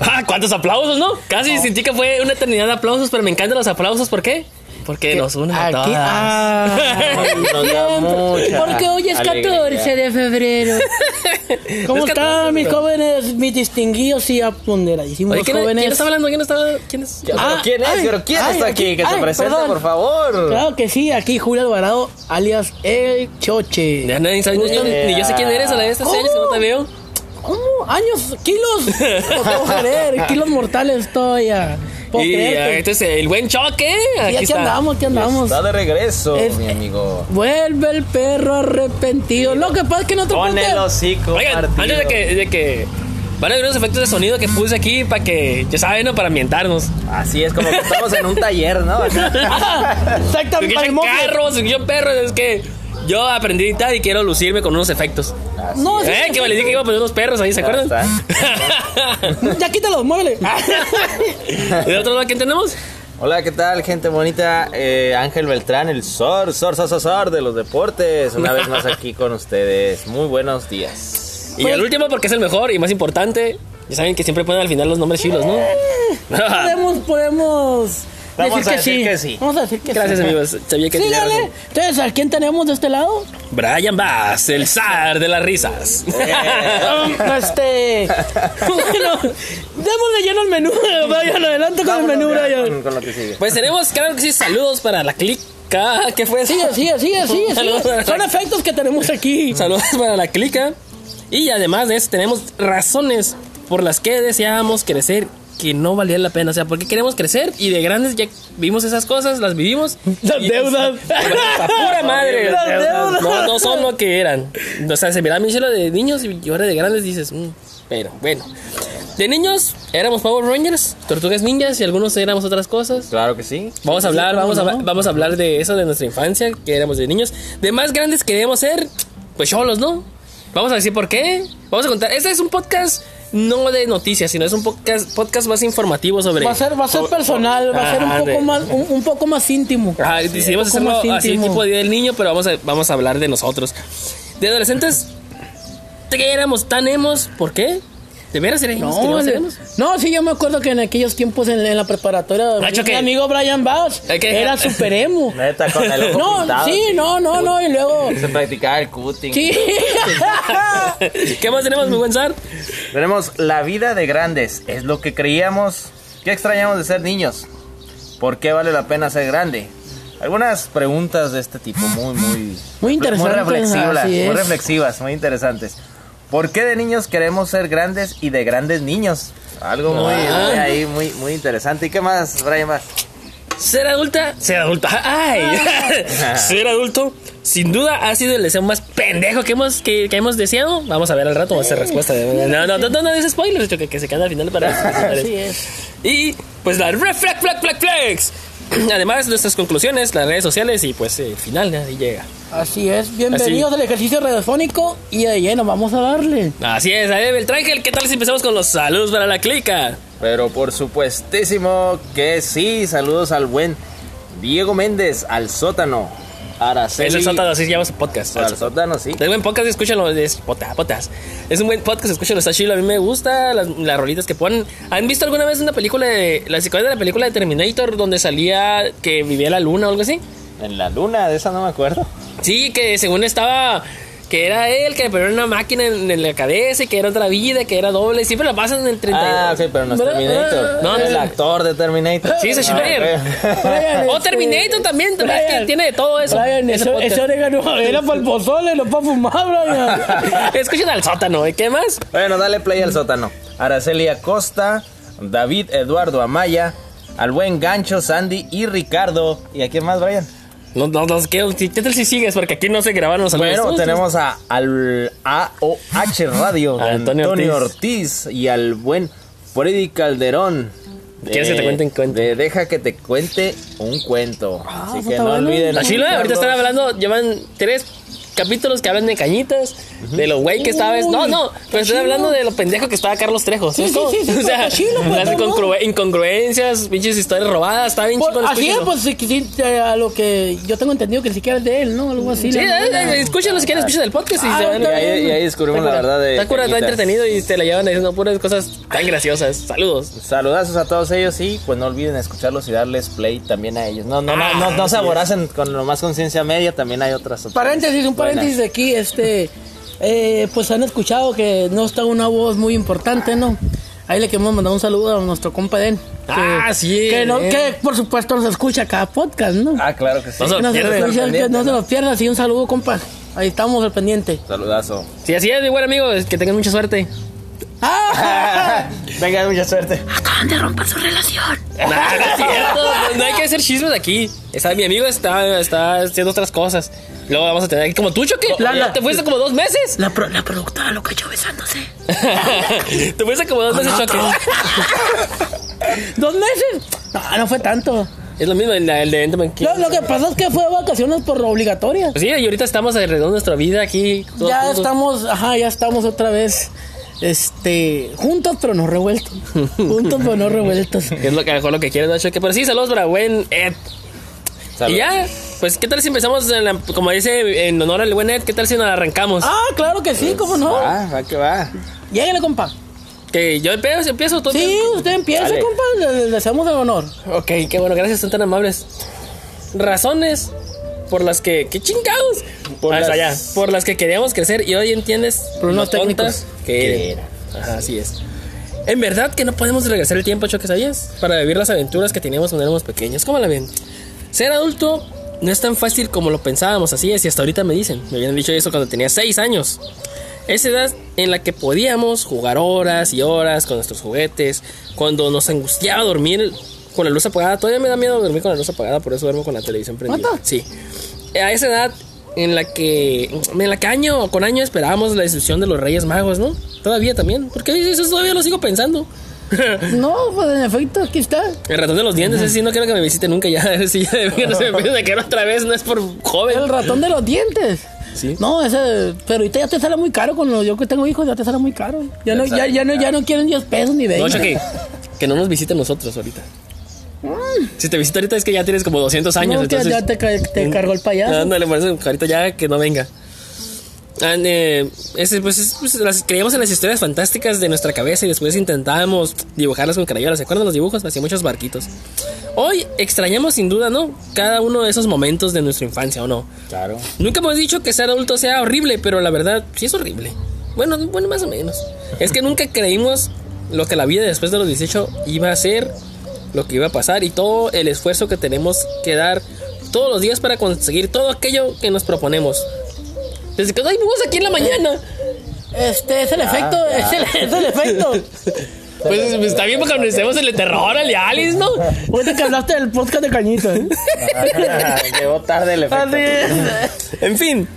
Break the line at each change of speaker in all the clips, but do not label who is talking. ¡Ah! ¿Cuántos aplausos, no? Casi sentí que fue una eternidad de aplausos, pero me encantan los aplausos. ¿Por qué? Porque nos unen a
Ah,
Aquí.
todas.
Ah, nos da mucha
Porque hoy es
alegría.
14 de febrero. ¿Cómo están mis jóvenes, mis distinguidos y aponderadísimos
Oye, ¿quién,
jóvenes?
quién está hablando? ¿Quién está? ¿Quién es?
Pero
Ah,
¿Quién es?
ay,
¿Pero quién
ay,
está aquí?
aquí,
Que se
ay,
presente,
perdón.
por favor.
Claro que sí, aquí Julio Alvarado, alias El Choche.
Ya nadie sabe, ni, yo, ni yo sé quién eres a la vez hace
Oh.
años que no te veo.
¿Cómo? Años, kilos. No puedo creer, kilos mortales todavía. Puedo
Y
creer.
ah, este es el buen choque.
Y
Aquí
aquí
está.
andamos, aquí andamos.
Está de regreso,
Es-
mi amigo.
Vuelve el perro arrepentido. Lo que pasa es que no te
Con el hocico.
Oigan,
partido.
antes de que, de que van a ver unos efectos de sonido que puse aquí para que, ya saben, ¿no? para ambientarnos.
Así es, como que estamos en un taller, ¿no? Acá.
Exactamente. para el
Escuchan
mofle.
carros, escuchan perros, es que yo aprendí a editar y quiero lucirme con unos efectos.
No, sí,
eh,
sí,
que me les dije que iba a poner unos perros ahí, ¿se
Ya
acuerdan?
Ya quítalo, muévele.
¿Y de otro lado quién tenemos?
Hola, ¿qué tal, gente bonita? Eh, Ángel Beltrán, el Sor, Sor, Sor, Sor, Sor de los deportes. Una vez más aquí con ustedes. Muy buenos días.
Y el último porque es el mejor y más importante. Ya saben que siempre ponen al final los nombres chilos, ¿no?
podemos, podemos.
Vamos
decir
a
que
decir
sí.
que sí.
Vamos a decir que
Gracias,
sí.
amigos. Sabía que tenía
Sígale.
razón.
Entonces, ¿a quién tenemos de este lado?
Brian Bass, el zar de las risas. Eh.
Um, este. bueno, demos de lleno el menú. Brian, adelante con el
Vámonos
menú,
ya
Brian.
con, con lo que sigue.
pues tenemos, claro que sí, saludos para la clica. ¿Qué fue eso?
Sigue, sigue, sigue, sigue.
Saludos
sigue.
a la-
Son efectos que tenemos aquí.
Saludos para la clica. Y además de eso, tenemos razones por las que deseábamos crecer que no valía la pena. O sea, porque queremos crecer y de grandes ya vimos esas cosas, las vivimos.
Las
Y- pues,
deudas.
La pura madre.
Las deudas.
No, no son lo que eran. O sea, se mira mi cielo de niños y ahora de grandes dices, "Mm, pero bueno. De niños éramos Power Rangers, Tortugas Ninjas y algunos éramos otras cosas.
Claro que sí.
Pues Vamos a hablar, vamos a,
no?
vamos a hablar de eso, de nuestra infancia, que éramos de niños. De más grandes queríamos ser, pues cholos, ¿no? Vamos a decir por qué. Vamos a contar. Este es un podcast no de noticias, sino es un podcast, podcast más informativo sobre.
Va a ser, va a ser personal, va a ser un
Oh, Ah,
poco
de-
más, un, un poco más íntimo.
Ah, decidimos
Un poco
hacerlo
más
así,
íntimo.
tipo Día del Niño, pero vamos a, vamos a hablar de nosotros. De adolescentes, que éramos tan emos, ¿por qué? ¿De veras éramos que no
No, le-
éramos?
no, sí, yo me acuerdo que en aquellos tiempos en, en la preparatoria,
Nacho,
mi
¿qué?
amigo Brian Bass
¿Eh, qué?
era super emo.
Neta, con el ojo
No,
pintado,
sí, no, no, no, y luego.
Se practicaba el cutting.
Sí.
¿Qué más tenemos, mi buen Sar?
Tenemos la vida de grandes. Es lo que creíamos. ¿Qué extrañamos de ser niños? ¿Por qué vale la pena ser grande? Algunas preguntas de este tipo muy, muy...
Muy interesantes,
Muy reflexivas,
así
muy
es.
reflexivas, muy interesantes. ¿Por qué de niños queremos ser grandes y de grandes niños? Algo muy,
Ah.
muy ahí, muy, muy interesante. ¿Y qué más, Brian? Más?
Ser adulta, ser adulta, ay, ser adulto, sin duda ha sido el deseo más pendejo que hemos, que, que hemos deseado. Vamos a ver al rato, va a ser respuesta. de- No, no, no, no, no des spoilers, que, que se queda al final para.
Así es.
Y pues la reflex, flex, flex, flex. Además, nuestras conclusiones, las redes sociales y pues el final, ahí llega.
Así es. Bienvenidos
Así.
al ejercicio radiofónico y de lleno vamos a darle.
Así es, ahí el traje. ¿Qué tal si empezamos con los saludos para la clica?
Pero por supuestísimo que sí. Saludos al buen Diego Méndez, al sótano. Araceli.
Es el sótano, así se llama su podcast.
Al sótano, sí.
Es buen podcast, escúchalo, es pota, potas. Es un buen podcast, escúchalo, está chido, a mí me gusta las, las rolitas que ponen. ¿Han visto alguna vez una película de la secuela de la película de Terminator donde salía que vivía la luna o algo así?
En la luna, de esa no me acuerdo.
Sí, que según estaba Que era él, que le ponían una máquina en, en la cabeza y que era otra vida, que era doble. Siempre la pasan en el 32.
Ah, ok, pero no es
¿Verdad?
Terminator.
No,
el
no.
actor de Terminator. Ah,
Sí, es Schwarzenegger.
Brian,
O
este,
Terminator también, también es que
Brian,
tiene de todo eso.
Brian,
ese
ese,
podcast.
ese orégano era para el pozole, no para fumar, Brian.
Escuchen al sótano, ¿y qué más?
Bueno, dale play al sótano. Araceli Acosta, David Eduardo Amaya, al buen Gancho, Sandy y Ricardo. ¿Y a quién más, Brian?
No, no, no, ¿qué, qué tal si sigues? Porque aquí no se grabaron los saludos.
Bueno, tenemos a, al AOH Radio,
A
de
Antonio
Antonio, Ortiz. y al buen Freddy Calderón. de-
¿Quieres que te cuente un cuento? Ah,
de Deja que te cuente un cuento. Así que
está
no
bueno.
olviden.
La Chila, ahorita están hablando, llevan tres capítulos que hablan de cañitas, de lo güey que estaba.
Uy,
No, no, pero estoy
chilo.
hablando de lo pendejo que estaba Carlos Trejo. ¿sabes
Sí, sí,
cómo?
sí, sí,
o
pues,
sea,
está chilo, pues,
las
¿cómo
incongru- incongruencias, pinches historias robadas, está bien
Por-
chico.
así es, pues sí, sí, eh, a lo que yo tengo entendido que ni siquiera es de él, ¿no? Algo así.
Sí,
la novela.
eh, eh, escúchenlo si quieren, escuchen el podcast y
Ah,
se van
Y ahí, y ahí descubrimos la verdad de.
Está cura, está
Cañitas.
entretenido y te la llevan diciendo puras cosas tan graciosas. Saludos.
Saludazos a todos ellos y pues no olviden escucharlos y darles play también a ellos. No, no,
Ah,
no, no, no
así
se
es.
aboracen con lo más conciencia media, también hay otras. opciones
Paréntesis, un paréntesis de aquí, este, eh, pues han escuchado que no está una voz muy importante, ¿no? Ahí le queremos mandar un saludo a nuestro compa Den. que-
Ah, sí,
Que, no-
Den.
que, por supuesto nos escucha cada podcast, ¿no?
Buenas. Ah, claro que sí.
No se-
Que nos
pierde,
escucha,
al
que
pendiente,
no se
¿no?
los pierdas y un saludo, compa. Ahí estamos al pendiente.
Saludazo.
Si así es, mi buen amigo, que tengan mucha suerte.
¡Ah!
Venga, mucha suerte.
No, no es cierto, no- no hay que hacer chismes aquí. Está, mi amigo está, está haciendo otras cosas. Luego vamos a tener aquí como tú, Choque.
La- la-
te fuiste como dos meses.
La, pro- la productora lo cachó besándose.
te fuiste como dos meses, Choque.
¿Dos meses? No, no fue tanto.
Es lo mismo el, el de Enderman King.
Lo, lo que pasa es que fue de vacaciones por obligatoria.
Pues sí, y ahorita estamos alrededor de nuestra vida aquí. todos
Ya
juntos.
estamos, ajá, ya estamos otra vez. Este, juntos pero no revueltos. Juntos pero no revueltos.
Es lo que a lo mejor lo que quieres, ¿no, Choque? Pero sí, saludos para buen Ed. Y ya, pues, ¿qué tal si empezamos, en la- como dice, en honor al buen Ed? ¿Qué tal si nos arrancamos?
Ah, claro que sí, cómo no.
Ah, va que va.
Lléguenle, compa.
Que yo empiezo, empiezo todo.
Sí, usted empieza,
Dale.
compa. Le, le- le hacemos el honor.
Ok, qué bueno, gracias, son tan amables. Razones por las que. ¡Qué chingados!
Por
Ah,
las-
está ya. Por las que queríamos crecer y hoy entiendes
Problemas
lo tonta
técnicos.
Que era. Ajá, así es. En verdad que no podemos regresar el tiempo, Choque, ¿sabías? Para vivir las aventuras que teníamos cuando éramos pequeños. ¿Cómo la ven? Ser adulto no es tan fácil como lo pensábamos, así es, y hasta ahorita me dicen. Me habían dicho eso cuando tenía 6 años. Esa edad en la que podíamos jugar horas y horas con nuestros juguetes, cuando nos angustiaba dormir con la luz apagada, todavía me da miedo dormir con la luz apagada, por eso duermo con la televisión prendida.
¿Neta?
Sí. A esa edad en la que en la que año con año esperábamos la destrucción de los Reyes Magos, ¿no? Todavía también, porque eso todavía lo sigo pensando.
No, pues en efecto, aquí está.
El ratón de los dientes, ese sí no quiero que me visite nunca ya, ese sí, ya de veras se me piensa que era otra vez, no es por joven.
El ratón de los dientes.
Sí.
No, ese, pero ahorita ya te sale muy caro con los yo que tengo hijos, ya te sale muy caro. Ya no, ya, ya no, ya no quieren 10 pesos ni 20.
No, Chucky, que no nos visiten nosotros ahorita. Si te visita ahorita es que ya tienes como 200 años.
No, es que
entonces,
ya te ca- te cargó el payaso.
Ándale, por eso ahorita ya que no venga. Ah, eh, ese, pues, es- pues, las, creíamos en las historias fantásticas de nuestra cabeza y después intentábamos dibujarlas con crayolas. ¿Se acuerdan los dibujos? Hacía muchos barquitos. Hoy extrañamos sin duda, ¿no? Cada uno de esos momentos de nuestra infancia, ¿o no?
Claro.
Nunca hemos dicho que ser adulto sea horrible, pero la verdad sí es horrible. Bueno, bueno, más o menos. Es que nunca creímos lo que la vida después de los 18 iba a ser, lo que iba a pasar y todo el esfuerzo que tenemos que dar todos los días para conseguir todo aquello que nos proponemos. Desde que hay búhos aquí en la mañana.
Este es el
Ah,
efecto, es el, es el efecto.
Pues pues, está bien porque conocemos el de terror al de Alice, ¿no?
Ahorita Pues que hablaste del podcast de Cañita. ¿eh?
Llegó tarde el efecto.
Así es.
En fin,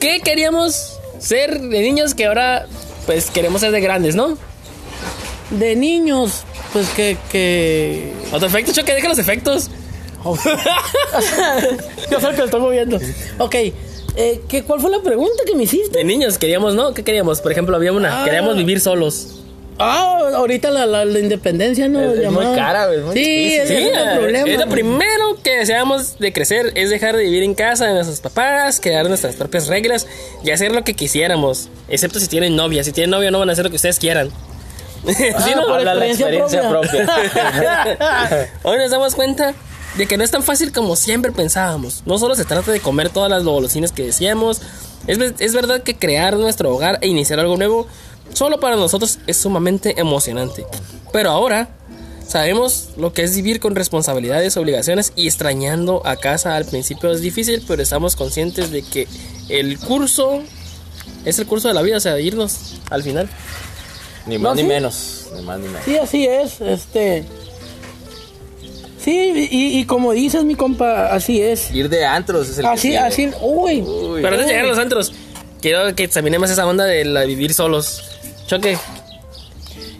¿qué queríamos ser de niños que ahora pues queremos ser de grandes, ¿no?
De niños, pues que. que...
Otro efecto, choque, deja los efectos.
Yo sé que lo estoy moviendo. Ok, eh, ¿qué, ¿cuál fue la pregunta que me hiciste?
De niños queríamos, ¿no? ¿Qué queríamos? Por ejemplo, había una,
Ah.
queríamos vivir solos.
Ah, ahorita la, la, la independencia, ¿no?
Es- es muy
Llamada.
cara, güey, es muy
sí,
difícil.
ese es el
eh,
problema.
es lo primero que deseamos de crecer, es dejar de vivir en casa de nuestros papás, crear nuestras propias reglas y hacer lo que quisiéramos. Excepto si tienen novia. Si tienen novia no van a hacer lo que ustedes quieran. ¿Sí, no?
por
Habla la
experiencia
experiencia
propia.
propia.
Hoy nos damos cuenta de que no es tan fácil como siempre pensábamos. No solo se trata de comer todas las golosinas que decíamos, Es, ve- es verdad que crear nuestro hogar e iniciar algo nuevo solo para nosotros es sumamente emocionante. Pero ahora sabemos lo que es vivir con responsabilidades, obligaciones y extrañando a casa al principio es difícil, pero estamos conscientes de que el curso es el curso de la vida, o sea, irnos al final.
Ni más
No,
ni
sí.
menos. Ni más ni menos.
Sí, así es, este. Sí, y, y como dices, mi compa, así es.
Ir de antros es el que
Así,
sigue.
así, uy.
Uy.
Pero antes de llegar a los antros, quiero que examinemos esa onda de la vivir solos. Choque,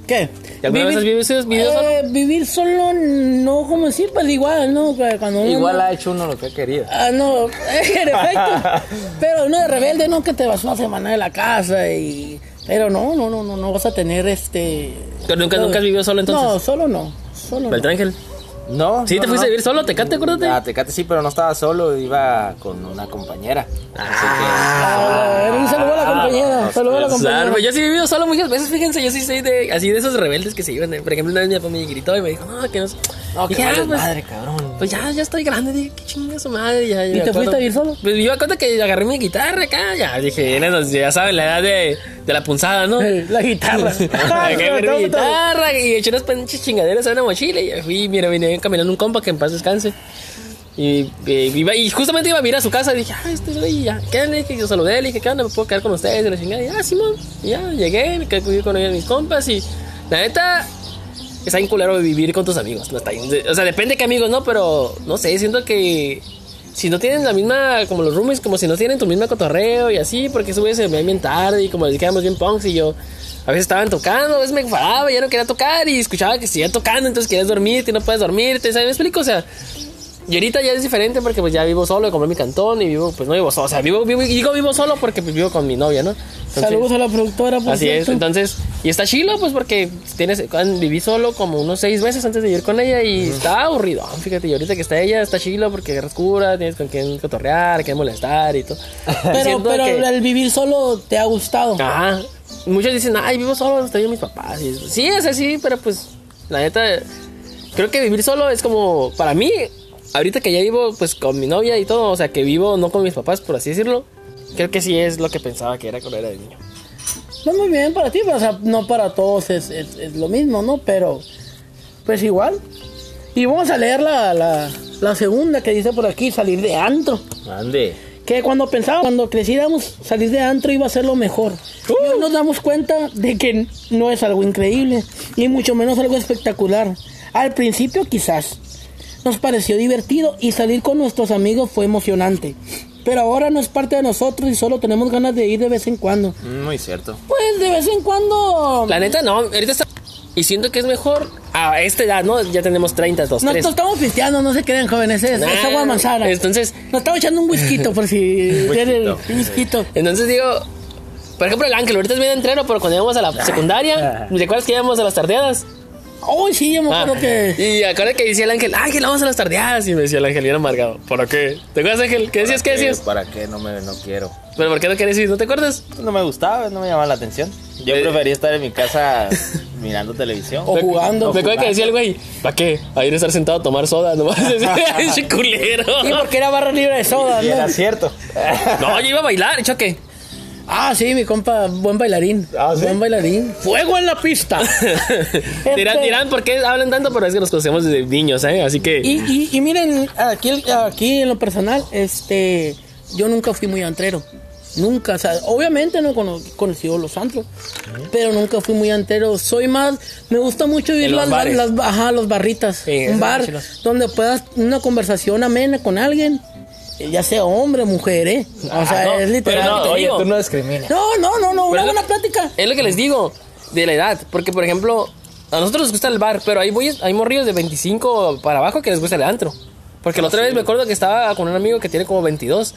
¿Qué?
¿Y alguna vez has vivido ese video
eh, Vivir solo, no, como decir, pues igual, ¿no? Cuando uno-
Igual ha hecho uno lo que ha querido.
Ah, no, en efecto. Pero no de rebelde, no que te vas una semana de la casa y. Pero no, no, no, no, no vas a tener este.
Pero nunca- nunca has vivido solo, entonces.
No, solo no. Solo no.
Beltrángel.
No.
Sí,
no,
te
no,
fuiste a
no.
vivir solo, Tecate, acuérdate.
A Tecate sí, pero no estaba solo, iba con una compañera. Así que-
Ah, un saludo a la compañera. saludo a la
Claro,
compañera.
Pues, ah, güey, yo sí he vivido solo muchas veces, fíjense, yo sí soy de así de esos rebeldes que se iban. de- Por ejemplo, una vez mi papá me gritó y me dijo, no, que no.
No, que
Dije, ah,
vale
pues,
madre, cabrón.
Pues ya, ya estoy grande, dije, qué chinga su madre. Ya, ya
¿Y
me
te
acuerdo.
fuiste a vivir solo?
Pues yo me acuerdo que agarré mi guitarra acá, ya dije, era, los- ya saben, la edad de, de la punzada, ¿no?
Eh, La guitarra.
Agarré mi guitarra Ah, y eché unas pinches chingaderas en una mochila y ya fui, mira, vine caminando un compa que en paz descanse. Y, eh, iba- y justamente iba a ir a su casa y dije, ah, este güey, ya, quédale, que yo saludé, le dije, ¿qué onda? ¿Me puedo quedar con ustedes? Y la chingada, y ah, Simón, Y ya, llegué, me quedé con ellos, mis compas y la neta, está bien culero vivir con tus amigos. no está bien. o sea, depende qué amigos, ¿no? Pero, no sé, siento que si no tienen la misma, como los roomies, como si no tienen tu misma cotorreo y así, porque ese güey se me bien tarde y como les quedamos bien punks y yo, a veces estaban tocando, a veces me enfadaba, ya no quería tocar y escuchaba que seguía tocando, entonces querías dormirte, no puedes dormirte, ¿sabes? ¿Me explico? O sea... Y ahorita ya es diferente porque pues ya vivo solo, compré mi cantón y vivo, pues no vivo solo, o sea, vivo, vivo, digo vivo solo porque pues, vivo con mi novia, ¿no? Entonces-
Saludos a la productora, por
Así es,
cierto.
entonces, y está chilo, pues porque tienes, cuando viví solo como unos seis meses antes de vivir con ella y está aburrido. Fíjate, y ahorita que está ella, está chilo porque agarras cura, tienes con quién cotorrear, quién molestar y todo.
Pero,
Siento
pero
que-
el vivir solo te ha gustado.
Ajá. Muchos dicen, ay, vivo solo, estoy con mis papás. Y eso. sí, es así, pero pues, la neta, creo que vivir solo es como, para mí, ahorita que ya vivo pues con mi novia y todo, o sea, que vivo no con mis papás, por así decirlo, creo que sí es lo que pensaba que era cuando era de niño.
No muy bien para ti, pero, o sea, no para todos es, es- es lo mismo, ¿no? Pero, pues igual. Y vamos a leer la, la- la segunda que dice por aquí, salir de antro.
Ande.
Que cuando pensábamos, cuando creciéramos, salir de antro iba a ser lo mejor. Y hoy nos damos cuenta de que no es algo increíble, y mucho menos algo espectacular. Al principio quizás nos pareció divertido y salir con nuestros amigos fue emocionante. Pero ahora no es parte de nosotros y solo tenemos ganas de ir de vez en cuando.
Mm, Muy cierto.
Pues de vez en cuando.
La neta, no, ahorita está. Y siento que es mejor a esta edad, ¿no? Ya tenemos 30, 2,
Nosotros estamos pisteando, no se queden jóvenes, es,
Nah,
es agua de manzana.
entonces-
Nos estamos echando un whisky por si. tiene el whisky.
Entonces digo, por ejemplo, el Ángel, ahorita es bien entreno, pero cuando íbamos a la
Ah.
secundaria, ¿te acuerdas que íbamos a las tardeadas?
Oh, sí, yo me
Ah,
acuerdo que.
Y acuérdate que decía el Ángel, Ángel, vamos a las tardeadas. Y me decía el Ángel, bien amargado, ¿para qué? ¿Te acuerdas, Ángel? ¿Qué decías? ¿Qué
¿Para
decías?
¿Para qué? No me no quiero.
Pero ¿por qué no querías ir? ¿No te acuerdas?
No me gustaba, no me llamaba la atención.
Eh.
Yo prefería estar en mi casa mirando televisión.
Oh,
O jugando.
Me acuerdo que decía el güey, ¿para qué? A ir a estar sentado a tomar soda, nomás. Ese culero.
Sí, porque era barra libre de soda,
Y era
¿no?
cierto.
No, yo iba a bailar, choque.
Ah, sí, mi compa, buen bailarín.
Ah, ¿sí?
Buen bailarín. ¡Fuego en la pista!
dirán, dirán, ¿por qué hablan tanto? Pero es que nos conocemos desde niños, ¿eh? Así que...
Y, y, y miren, aquí, aquí en lo personal, este, yo nunca fui muy antrero. Nunca, o sea, obviamente no cono- conocí los antros, pero nunca fui muy antero. Soy más, me gusta mucho ir
En los
las,
bares.
las- ajá, los barritas.
Sí,
un bar
esos son chilos.
donde puedas una conversación amena con alguien, eh, ya sea hombre, mujer, ¿eh? O sea,
Ah, no,
es literal.
pero no, oye, tú no
discriminas.
no, no, no, no, una
Pero-
buena plática.
Es lo que les digo de la edad, porque por ejemplo, a nosotros nos gusta el bar, pero hay güeyes- hay morrillos de 25 para abajo que les gusta el antro. Porque la otra vez me acuerdo que estaba con un amigo que tiene como 22.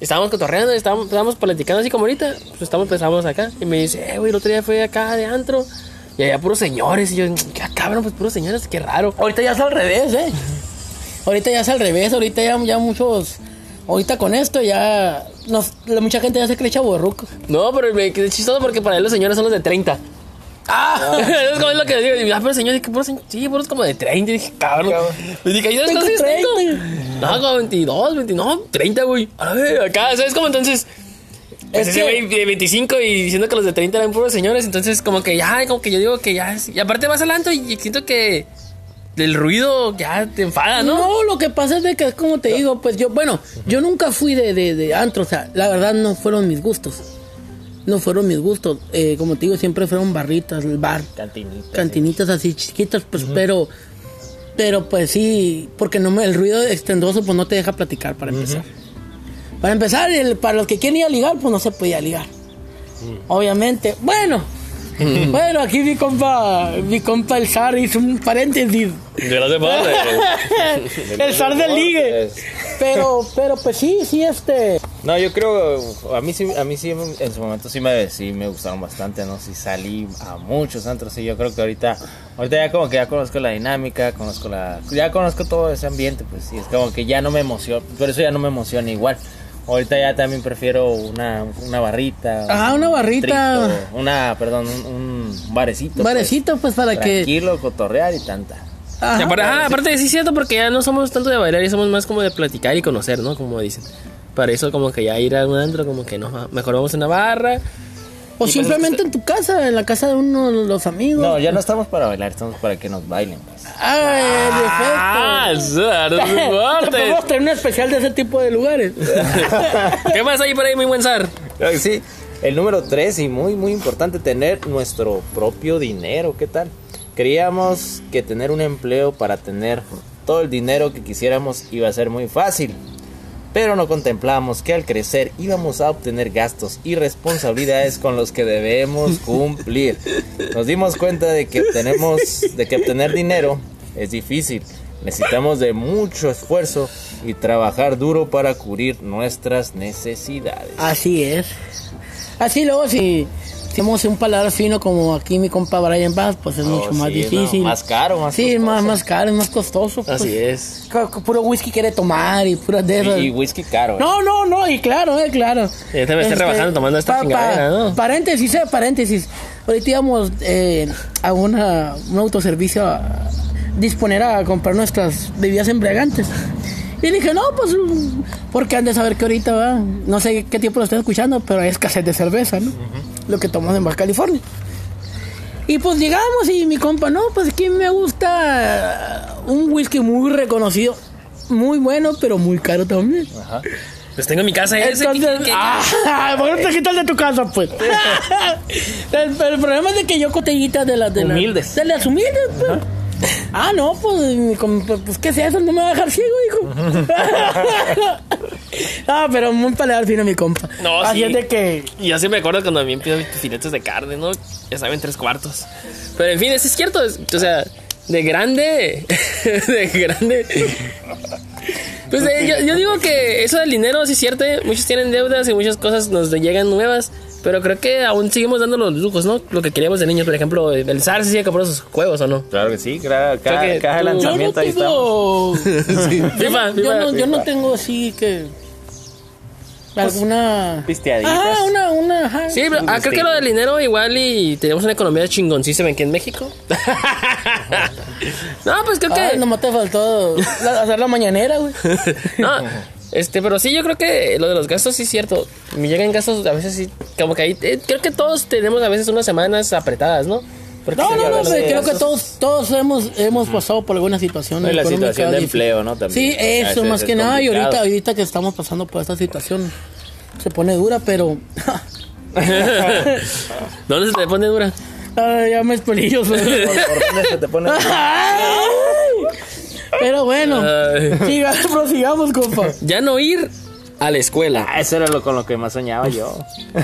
Estábamos cotorreando, estábamos, estábamos platicando así como ahorita, pues estamos pensamos acá y me dice, "Eh, güey, el otro día fue acá de antro." Y allá puros señores, y yo, qué cabrón, pues puros señores, qué raro.
Ahorita ya es al revés, ¿eh? Ahorita ya es al revés, ahorita ya, ya muchos... Ahorita con esto ya... Nos, la- mucha gente ya se cree chaborruco.
No, pero me quedé chistoso porque para él los señores son los de 30. Ah, es como es lo que les digo. y, Ah, pero señores, ¿qué puros, señores? sí, puros como de 30. Y dije, cabrón. Y dije, ¿y esas
Tengo
cosas
30.
tengo? No, como 22, 29, 30, güey. A ver, acá, ¿sabes cómo entonces? Pues
Es
ese
que-
güey de 25 y diciendo que los de 30 eran puros señores, entonces como que ya, como que yo digo que ya es- Y aparte vas hablando y siento que del ruido ya te enfada, ¿no?
No, lo que pasa es de que es como te digo, pues yo, bueno, yo nunca fui de, de, de antro, o sea, la verdad no fueron mis gustos. No fueron mis gustos. Eh, como te digo, siempre fueron barritas, el bar,
Cantinita.
cantinitas así chiquitas, pues, pero, pero pues sí, porque no me, el ruido extendoso pues no te deja platicar para empezar. Para empezar, el, para los que quieren ir a ligar, pues no se podía ligar. Obviamente. Bueno, bueno, aquí mi compa, mi compa el zar hizo un paréntesis.
De los de eh.
el zar del ligue. Pero, pero pues sí, sí, este.
No, yo creo, a mí sí, a mí sí en su momento sí me, sí me gustaron bastante, ¿no? Sí salí a muchos antros, sí, yo creo que ahorita, ahorita ya como que ya conozco la dinámica, conozco la, ya conozco todo ese ambiente, pues sí, es como que ya no me emociona, por eso ya no me emociona igual. Ahorita ya también prefiero una, una barrita.
Ajá, una
un
barrita.
trito, una, perdón, un, un barecito.
Barecito, pues para
pues,
que.
tranquilo, cotorrear y tanta.
Ah,
Ajá.
aparte, ah, aparte sí es cierto porque ya no somos tanto de bailar y somos más como de platicar y conocer, ¿no? Como dicen. Para eso como que ya ir a un antro como que no, mejor vamos a una barra.
O simplemente en tu casa, en la casa de uno de los amigos.
No, ya no estamos para bailar, estamos para que nos bailen. pues.
Ah,
Ah,
el
eso, no te
efecto.
importes.
Podemos tener un especial de ese tipo de lugares.
¿Qué más hay por ahí, mi buen zar?
Claro que Sí, el número tres y muy muy importante tener nuestro propio dinero, ¿qué tal? Creíamos que tener un empleo para tener todo el dinero que quisiéramos iba a ser muy fácil, pero no contemplamos que al crecer íbamos a obtener gastos y responsabilidades con los que debemos cumplir. Nos dimos cuenta de que tenemos de que obtener dinero es difícil. Necesitamos de mucho esfuerzo y trabajar duro para cubrir nuestras necesidades.
Así es. Así luego si hacemos un palabra fino como aquí mi compa Brian Bass, pues es
Oh,
mucho más
sí,
difícil.
no, más caro, más
Sí, más,
costoso.
más caro, es más costoso. pues.
Así es.
Cu- cu- Puro whisky quiere tomar y puras de esas.
Y, y whisky caro. ¿eh?
No, no, no, y claro, eh, claro.
Ya te me estás rebajando tomando esta chingadera, ¿no?
Paréntesis, eh, paréntesis. Ahorita íbamos eh, a una, un autoservicio a disponer a comprar nuestras bebidas embriagantes. Y dije, no, pues, porque han de saber que ahorita va. No sé qué tiempo lo están escuchando, pero hay escasez de cerveza, ¿no? Lo que tomamos en Baja California. Y pues llegamos y mi compa, no, pues aquí me gusta un whisky muy reconocido, muy bueno, pero muy caro también.
Pues tengo en mi casa ese.
Entonces, ah, ¿por qué no te quitas de tu casa, pues? el, el problema es de que yo cotellitas de las... De las-
Humildes.
de las humildes, pues. Ah, no, pues, mi com- pues, ¿qué es eso? No me va a dejar ciego, hijo. ah, pero muy paladar fino, mi compa.
No,
Así
sí.
es de que...
Y yo sí me acuerdo cuando a mí empiezan filetes de carne, ¿no? Ya saben, tres cuartos. Pero en fin, eso es cierto. es- o sea, de grande. de grande. Pues eh, yo, yo digo que eso del dinero sí es cierto. ¿eh? Muchos tienen deudas y muchas cosas nos llegan nuevas. Pero creo que aún seguimos dando los lujos, ¿no? Lo que queríamos de niños. Por ejemplo, el SAR sí se compró sus juegos o no.
Claro que sí, cada, cada,
Creo que
cada
tú-
Yo no
lanzamiento Pues ahí estamos.
tengo...
FIFA,
yo,
FIFA.
no, yo no tengo así que... Alguna...
Pisteaditas.
Ah, una, una... ajá.
Sí, pero ah, creo que lo del dinero igual y tenemos una economía chingoncísima aquí en México. no, pues creo que...
Ay, Ah, nomás te faltó la- hacer la mañanera, güey.
no, este, pero sí, yo creo que lo de los gastos sí es cierto. Me llegan gastos a veces sí, como que ahí, eh, creo que todos tenemos a veces unas semanas apretadas, ¿no? Porque
No,
se
no,
llegan
no,
los
pero creo que
gastos.
todos, todos hemos, hemos pasado por alguna situación.
No, y la
económica
situación de
difícil.
empleo, ¿no? También.
Sí, eso,
A veces
más que
es
nada. Y ahorita,
complicado.
ahorita que estamos pasando por esta situación, se pone dura, pero.
No, no se te pone dura.
Ay, ya me espolillos.
¿Por dónde se te pone?
pero bueno,
Ay.
siga- prosigamos, compa.
Ya no ir a la escuela.
Ah, eso era lo con lo que más soñaba yo.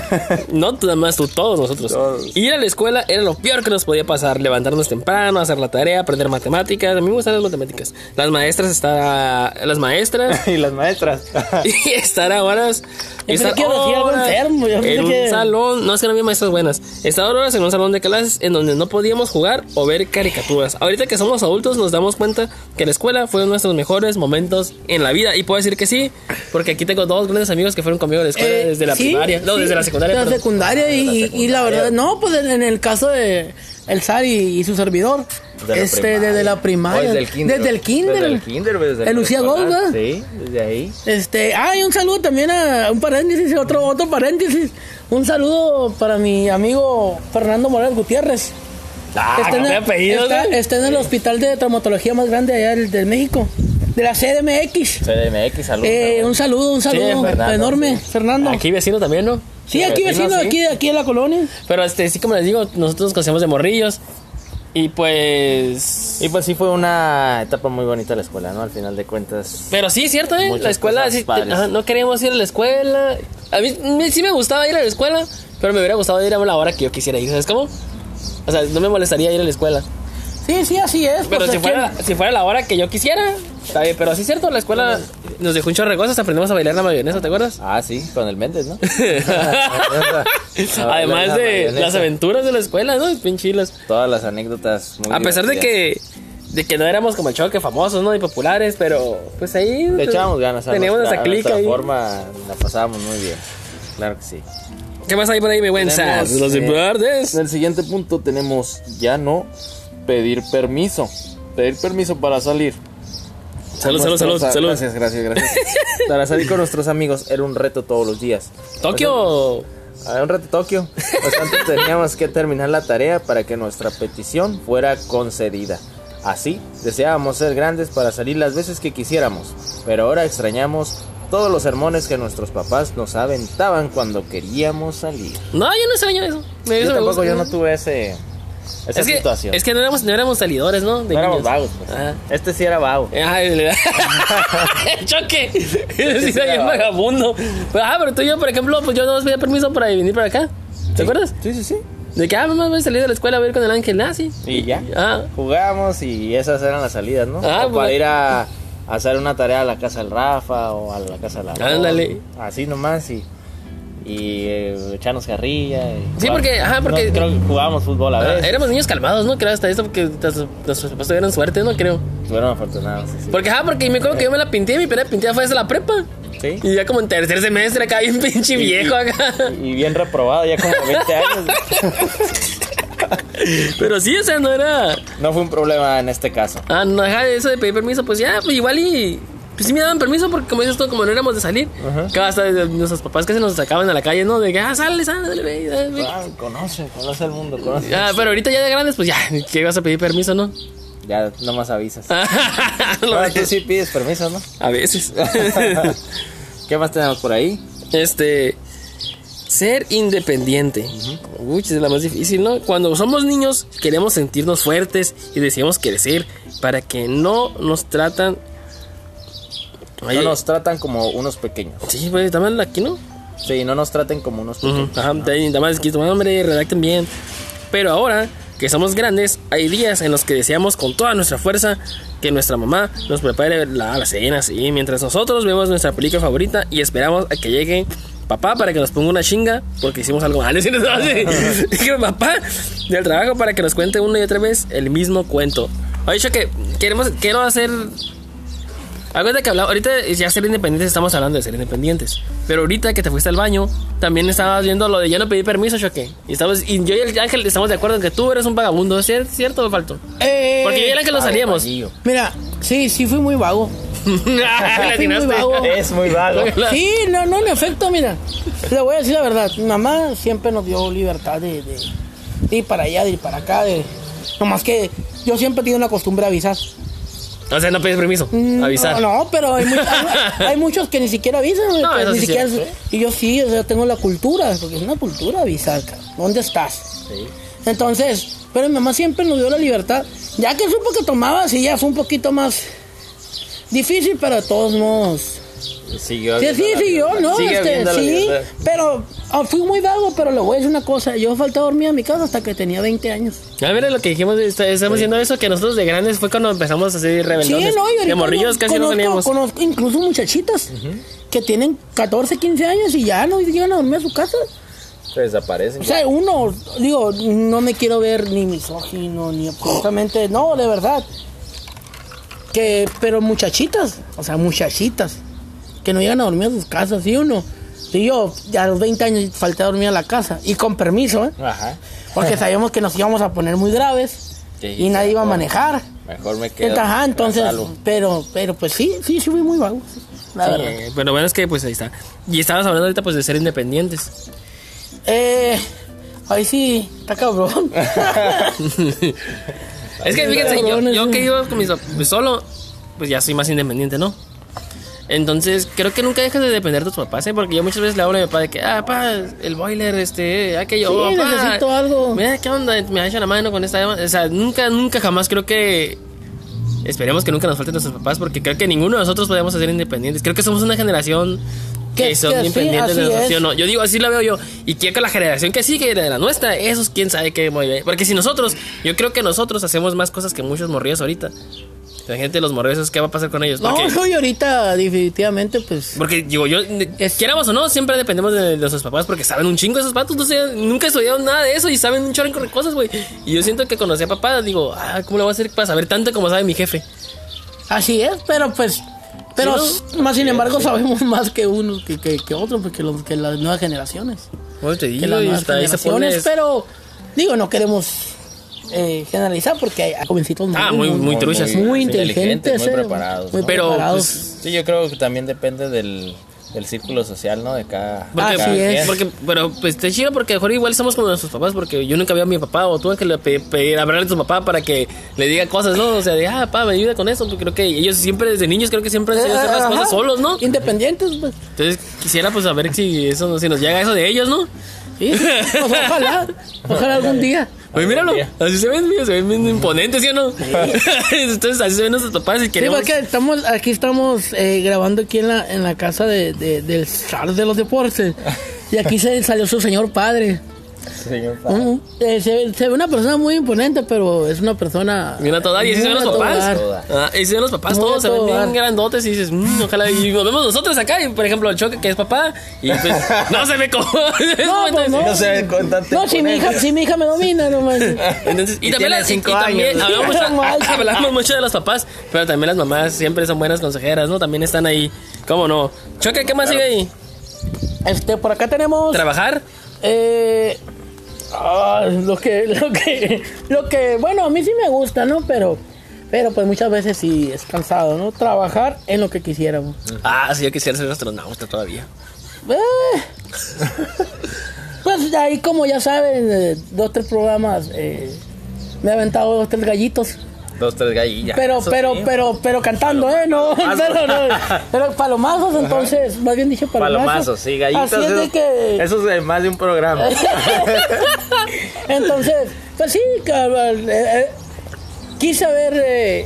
No tú, nada más tú, todos nosotros.
Todos.
Ir a la escuela era lo peor que nos podía pasar. Levantarnos temprano, hacer la tarea, aprender matemáticas. A mí me gustan las matemáticas. Las maestras está Las maestras.
y las maestras.
y estar a horas.
Yo
estar
pensé que iba a decir algo
horas
enfermo, yo pensé
en un
que-
salón. No es que no había maestras buenas. Estar horas en un salón de clases en donde no podíamos jugar o ver caricaturas. Ahorita que somos adultos nos damos cuenta que la escuela fue uno de nuestros mejores momentos en la vida. Y puedo decir que sí, porque aquí tengo dos grandes amigos que fueron conmigo a la escuela
Eh,
desde la
sí,
primaria. No,
sí,
desde la secundaria.
La
perdón.
secundaria y, y la verdad, no, pues en, en el caso de el zar y, y su servidor.
De la
este,
primaria.
desde la
O
primaria.
desde el kinder.
Desde el kinder.
Desde el kinder, güey, desde
El Lucía
preescolar.
Golga.
Sí, desde ahí.
Este, ah, y un saludo también a un paréntesis, otro, otro paréntesis. Un saludo para mi amigo Fernando Morales Gutiérrez.
Ah,
que está, en
cambié
el,
apellidos,
está-
güey.
está en el hospital de traumatología más grande allá del, del México, de la CDMX.
CDMX, saludos.
Eh, un saludo, un saludo
Fernando,
enorme, Fernando.
Aquí vecino también, ¿no?
sí, aquí
vecino,
vecino,
sí.
aquí, aquí de la colonia.
Pero este, sí, como les digo, nosotros nos conocemos de morrillos. Y pues.
Y pues sí fue una etapa muy bonita la escuela, ¿no? Al final de cuentas.
Pero sí, cierto, ¿eh?
Muchas
la escuela,
cosas
sí,
padres.
ajá, no queríamos ir a la escuela. A mí me- sí me gustaba ir a la escuela, pero me hubiera gustado ir a la hora que yo quisiera ir, ¿sabes cómo? O sea, no me molestaría ir a la escuela.
Sí, sí, así es.
Pero
pues,
si
aquí-
fuera, si fuera la hora que yo quisiera, está bien. Pero sí, cierto, la escuela nos dejó un chorro de cosas. Aprendimos a bailar la mayonesa, ¿te acuerdas?
Ah, sí, con el Méndez, ¿no?
Además
la
de las
mayonesa.
aventuras de la escuela, ¿no? Pinchilas.
Todas las anécdotas. Muy
A pesar de
divertidas.
que de que no éramos como el choque famosos, ¿no? Y populares, pero pues ahí
Le echábamos ganas a
Teníamos
nuestra,
esa
a
clica
nuestra
ahí.
forma, la pasábamos muy bien. Claro que sí.
¿Qué más hay por ahí, mi buen Sas?
Tenemos,
Los
eh,
deportes.
En el siguiente punto tenemos ya no pedir permiso. Pedir permiso para salir.
Salud, salud,
Nuestros-
salud,
ah,
salud.
Gracias, gracias, gracias. para salir con nuestros amigos era un reto todos los días.
Tokio.
Era un reto Tokio. Pues antes teníamos que terminar la tarea para que nuestra petición fuera concedida. Así, deseábamos ser grandes para salir las veces que quisiéramos, pero ahora extrañamos todos los sermones que nuestros papás nos aventaban cuando queríamos salir.
No, yo no extraño eso. Eso me
Yo tampoco,
gusta.
yo no tuve ese, esa
es que,
situación.
Es que no éramos, no éramos salidores, ¿no? De
no éramos
niños.
vagos, pues.
Ajá.
Este sí era vago.
Ay, le- el choque. sí, soy bien vagabundo. Pero, ah, pero tú y yo, por ejemplo, pues yo no os pedía permiso para venir para acá. ¿Te acuerdas?
Sí, sí, sí.
De que, ah, mamá, voy a salir de la escuela, voy a ir con el ángel nazi.
Y ya.
Ah,
Jugábamos y esas eran las salidas, ¿no?
Ah,
O para
pues.
ir a, a hacer una tarea a la casa del Rafa o a la casa de la Lore.
Ándale.
Así nomás y, y eh, echarnos carrilla. y
Sí,
jugar-
porque- ajá, porque-
No, creo que jugábamos fútbol a
Ah,
veces.
éramos niños calmados, ¿no? Creo hasta eso, porque tas- nuestros papás tuvieron suerte, ¿no? Creo.
Fueron afortunados. Sí, sí.
Porque, ah, porque me acuerdo que yo me la pinté, mi primera pintada fue desde la prepa.
Sí.
Y ya como en tercer semestre acá, bien pinche viejo acá.
Y bien reprobado, ya como 20 años.
Pero sí, o sea, no era...
No fue un problema en este caso.
Ah, no, ajá, eso de pedir permiso, pues ya, pues igual y... Pues sí me daban permiso porque como dices tú, como no éramos de salir. Que hasta de- nuestros papás que se nos sacaban a la calle, ¿no? De que, ah, sale, sale, dale, ve, dale, ve.
Ah, conoce, conoce el mundo, conoce.
Ah, pero ahorita ya de grandes, pues ya, que vas a pedir permiso, ¿no?
Ya nomás avisas.
Lo
Ahora
de-
tú sí pides permiso, ¿no?
A veces.
¿Qué más tenemos por ahí?
Este. Ser independiente. Uy, es la más difícil, ¿no? Cuando somos niños queremos sentirnos fuertes y deseamos crecer para que no nos tratan.
No
Oye,
nos tratan como unos pequeños.
Sí, pues también aquí, ¿no?
Sí, no nos traten como unos pequeños.
Ujú, Ajá, también, nada más escrito, hombre, redacten bien. Pero ahora que somos grandes, hay días en los que deseamos con toda nuestra fuerza que nuestra mamá nos prepare la, la cena, sí, mientras nosotros vemos nuestra película favorita y esperamos a que llegue papá para que nos ponga una chinga porque hicimos algo mal. ¿sí? Entonces, que papá del trabajo para que nos cuente una y otra vez el mismo cuento. Ha dicho que queremos, quiero hacer algo de que hablaba, ahorita ya ser independientes estamos hablando de ser independientes. Pero ahorita que te fuiste al baño, también estabas viendo lo de ya no pedí permiso, choque. Y, estamos, y yo y el Ángel estamos de acuerdo en que tú eres un vagabundo, ¿es cier- cierto o falto?
Eh,
Porque yo y el Ángel nos salíamos.
Vagillo.
Mira, sí, sí fui muy vago.
Le
Fui muy
atinaste.
vago.
Es muy vago.
La-
Sí, no, no, en efecto, mira. Le voy a decir la verdad. Mi mamá siempre nos dio libertad de, de- de ir para allá, de ir para acá. De... Nomás que yo siempre he tenido una costumbre de avisar.
O sea, no pedís permiso.
Mm,
Avisar.
No, no, pero hay, mu- hay- hay muchos que ni siquiera avisan. güey,
No,
que
eso
ni
sí
siquiera-
cierto, ¿eh?
Y yo sí, o sea, tengo la cultura, porque es una cultura avisar. cabrón. ¿Dónde estás? Entonces, pero mi mamá siempre nos dio la libertad. Ya que supo que tomabas y ya fue un poquito más difícil, pero de todos modos.
Siguió
Sí, sí,
habiendo
sí,
la
yo,
libertad.
¿no?
Sigue
Este,
habiendo la
sí,
libertad.
pero ah, fui muy vago, pero le voy a decir una cosa. Yo falté a dormir a mi casa hasta que tenía 20 años.
Ya mira lo que dijimos, está- estamos haciendo eso que nosotros de grandes fue cuando empezamos a ser rebeldones.
sí, no, y ahorita
de morrillos
no-
casi no
conozco-
salíamos.
Conozco incluso muchachitas que tienen 14, 15 años y ya no llegan a dormir a su casa.
Se desaparecen.
O sea, uno, digo, no me quiero ver ni misógino, ni absolutamente, no, de verdad. Que, pero muchachitas, o sea, muchachitas, que no llegan a dormir a sus casas, ¿sí o no? Y yo, a los 20 años, falté a dormir a la casa. Y con permiso, ¿eh?
Ajá.
Porque sabíamos que nos íbamos a poner muy graves
Sí,
y nadie iba a
claro.
manejar.
Mejor me quedo.
Entonces, ajá,
me
entonces,
salvo.
pero, pero pues sí, sí, sí fui muy vago. La
Sí,
verdad.
Pero bueno, es que pues ahí está. Y estabas hablando ahorita pues de ser independientes.
Eh, ahí sí, está cabrón.
es que fíjense, yo,
cabrones,
yo
sí.
que iba con mis pap- pues, solo, pues ya soy más independiente, ¿no? Entonces, creo que nunca dejas de depender de tus papás, ¿eh? Porque yo muchas veces le hablo a mi papá de que, ah, papá, el boiler, este, eh, aquello,
Sí,
"Papá,
necesito algo".
Mira, ¿qué onda? Me ha hecho la mano con esta... O sea, nunca, nunca jamás creo que... Esperemos que nunca nos falten nuestros papás, porque creo que ninguno de nosotros podemos ser independientes. Creo que somos una generación
Que-
que son
que sí,
independientes de
así
nosotros,
es.
¿sí o no? Yo digo, así la veo yo. Y quiero que la generación que sigue, la de la nuestra, esos quién sabe qué muy bien. Porque si nosotros, yo creo que nosotros hacemos más cosas que muchos morrillos ahorita. La gente de los morrillos, ¿qué va a pasar con ellos?
No,
Porque,
soy ahorita definitivamente, pues...
porque digo, yo,
Es-
quieramos o no, siempre dependemos de, de nuestros papás porque saben un chingo esos patos. No sé, nunca estudiaron nada de eso y saben un chorro de cosas, güey. Y yo siento que conocí a papá, digo, ah, ¿cómo le voy a hacer para saber tanto como sabe mi jefe?
Así es, pero pues... Pero
Sí,
más sin embargo sabemos más que uno que, que, que otro, porque los, que las nuevas generaciones.
Bueno, Pues te
Que
digo,
las
y
nuevas
hasta ahí se
generaciones,
pone-
pero digo, no queremos eh, generalizar porque hay hay jovencitos
Ah, muy- muy truchas.
muy,
Muy
inteligentes,
inteligentes, muy
eh,
preparados,
muy
¿no?
Pero,
preparados.
pues,
Sí, yo creo que también depende del, del círculo social, ¿no? De cada.
Porque,
Así
cada
es.
quien.
porque- pero pues está chido porque mejor igual somos como nuestros papás, porque yo nunca vi a mi papá o tuve que le pe- pedir hablarle a tu papá para que le diga cosas, ¿no? O sea, de, ah, papá, me ayuda con eso. Porque creo que ellos siempre, desde niños, creo que siempre han sabido hacer las
Eh, Ajá.
cosas solos, ¿no?
Independientes, pues.
Entonces quisiera pues saber si eso si nos llega eso de ellos, ¿no?
Sí, pues, ojalá, ojalá algún día.
Oye, Pues, míralo, así se ven, mira, se ven bien imponentes, ¿sí o no? Entonces así se ven nuestros papás y
Sí,
queremos...
porque estamos, aquí estamos eh, grabando aquí en la, en la casa de, de- del zar de los deportes. Y aquí se salió su señor padre.
Señor padre.
Un- eh, se, se ve una persona muy imponente, pero es una persona...
Mira toda, y así se ven
muy
los
a todo
papás.
dar.
Ah, y así se ven los papás,
Muy
todos
a
se ven
todo
bien
dar.
grandotes y dices, "Mm, ojalá. Y nos vemos nosotros acá, y por ejemplo, el choque que es papá, y pues no se ve como.
No, pues no.
No se ve con tanta
No, si mi, hija,
imponencia.
si mi hija me domina, no manches.
Entonces, y,
Y
también,
tiene
las, y- y
cinco
también
años.
hablamos,
No
mucho,
manches.
hablamos mucho de los papás, pero también las mamás siempre son buenas consejeras, ¿no? También están ahí, ¿cómo no? Choque, ¿qué más sigue ahí?
Este, por acá tenemos...
¿Trabajar?
Eh, ah, lo que, lo que, lo que, bueno, a mí sí me gusta, ¿no? Pero, pero pues muchas veces sí es cansado, ¿no? Trabajar en lo que quisiéramos.
Ah, sí, yo quisiera ser astronauta todavía.
Eh, pues de ahí, como ya saben, eh, dos, tres programas, eh, me he aventado dos, tres gallitos.
Dos, tres gallillas.
Pero,
Eso
pero,
sí.
pero, pero cantando, ¿eh? No, pero, no. Pero palomazos, entonces, más bien dicho palomazos.
Palomazos, sí, gallitas.
Así es de
eso-
que...
Eso es más de un programa.
Entonces, pues sí, cabrón, eh, eh, quise haber eh,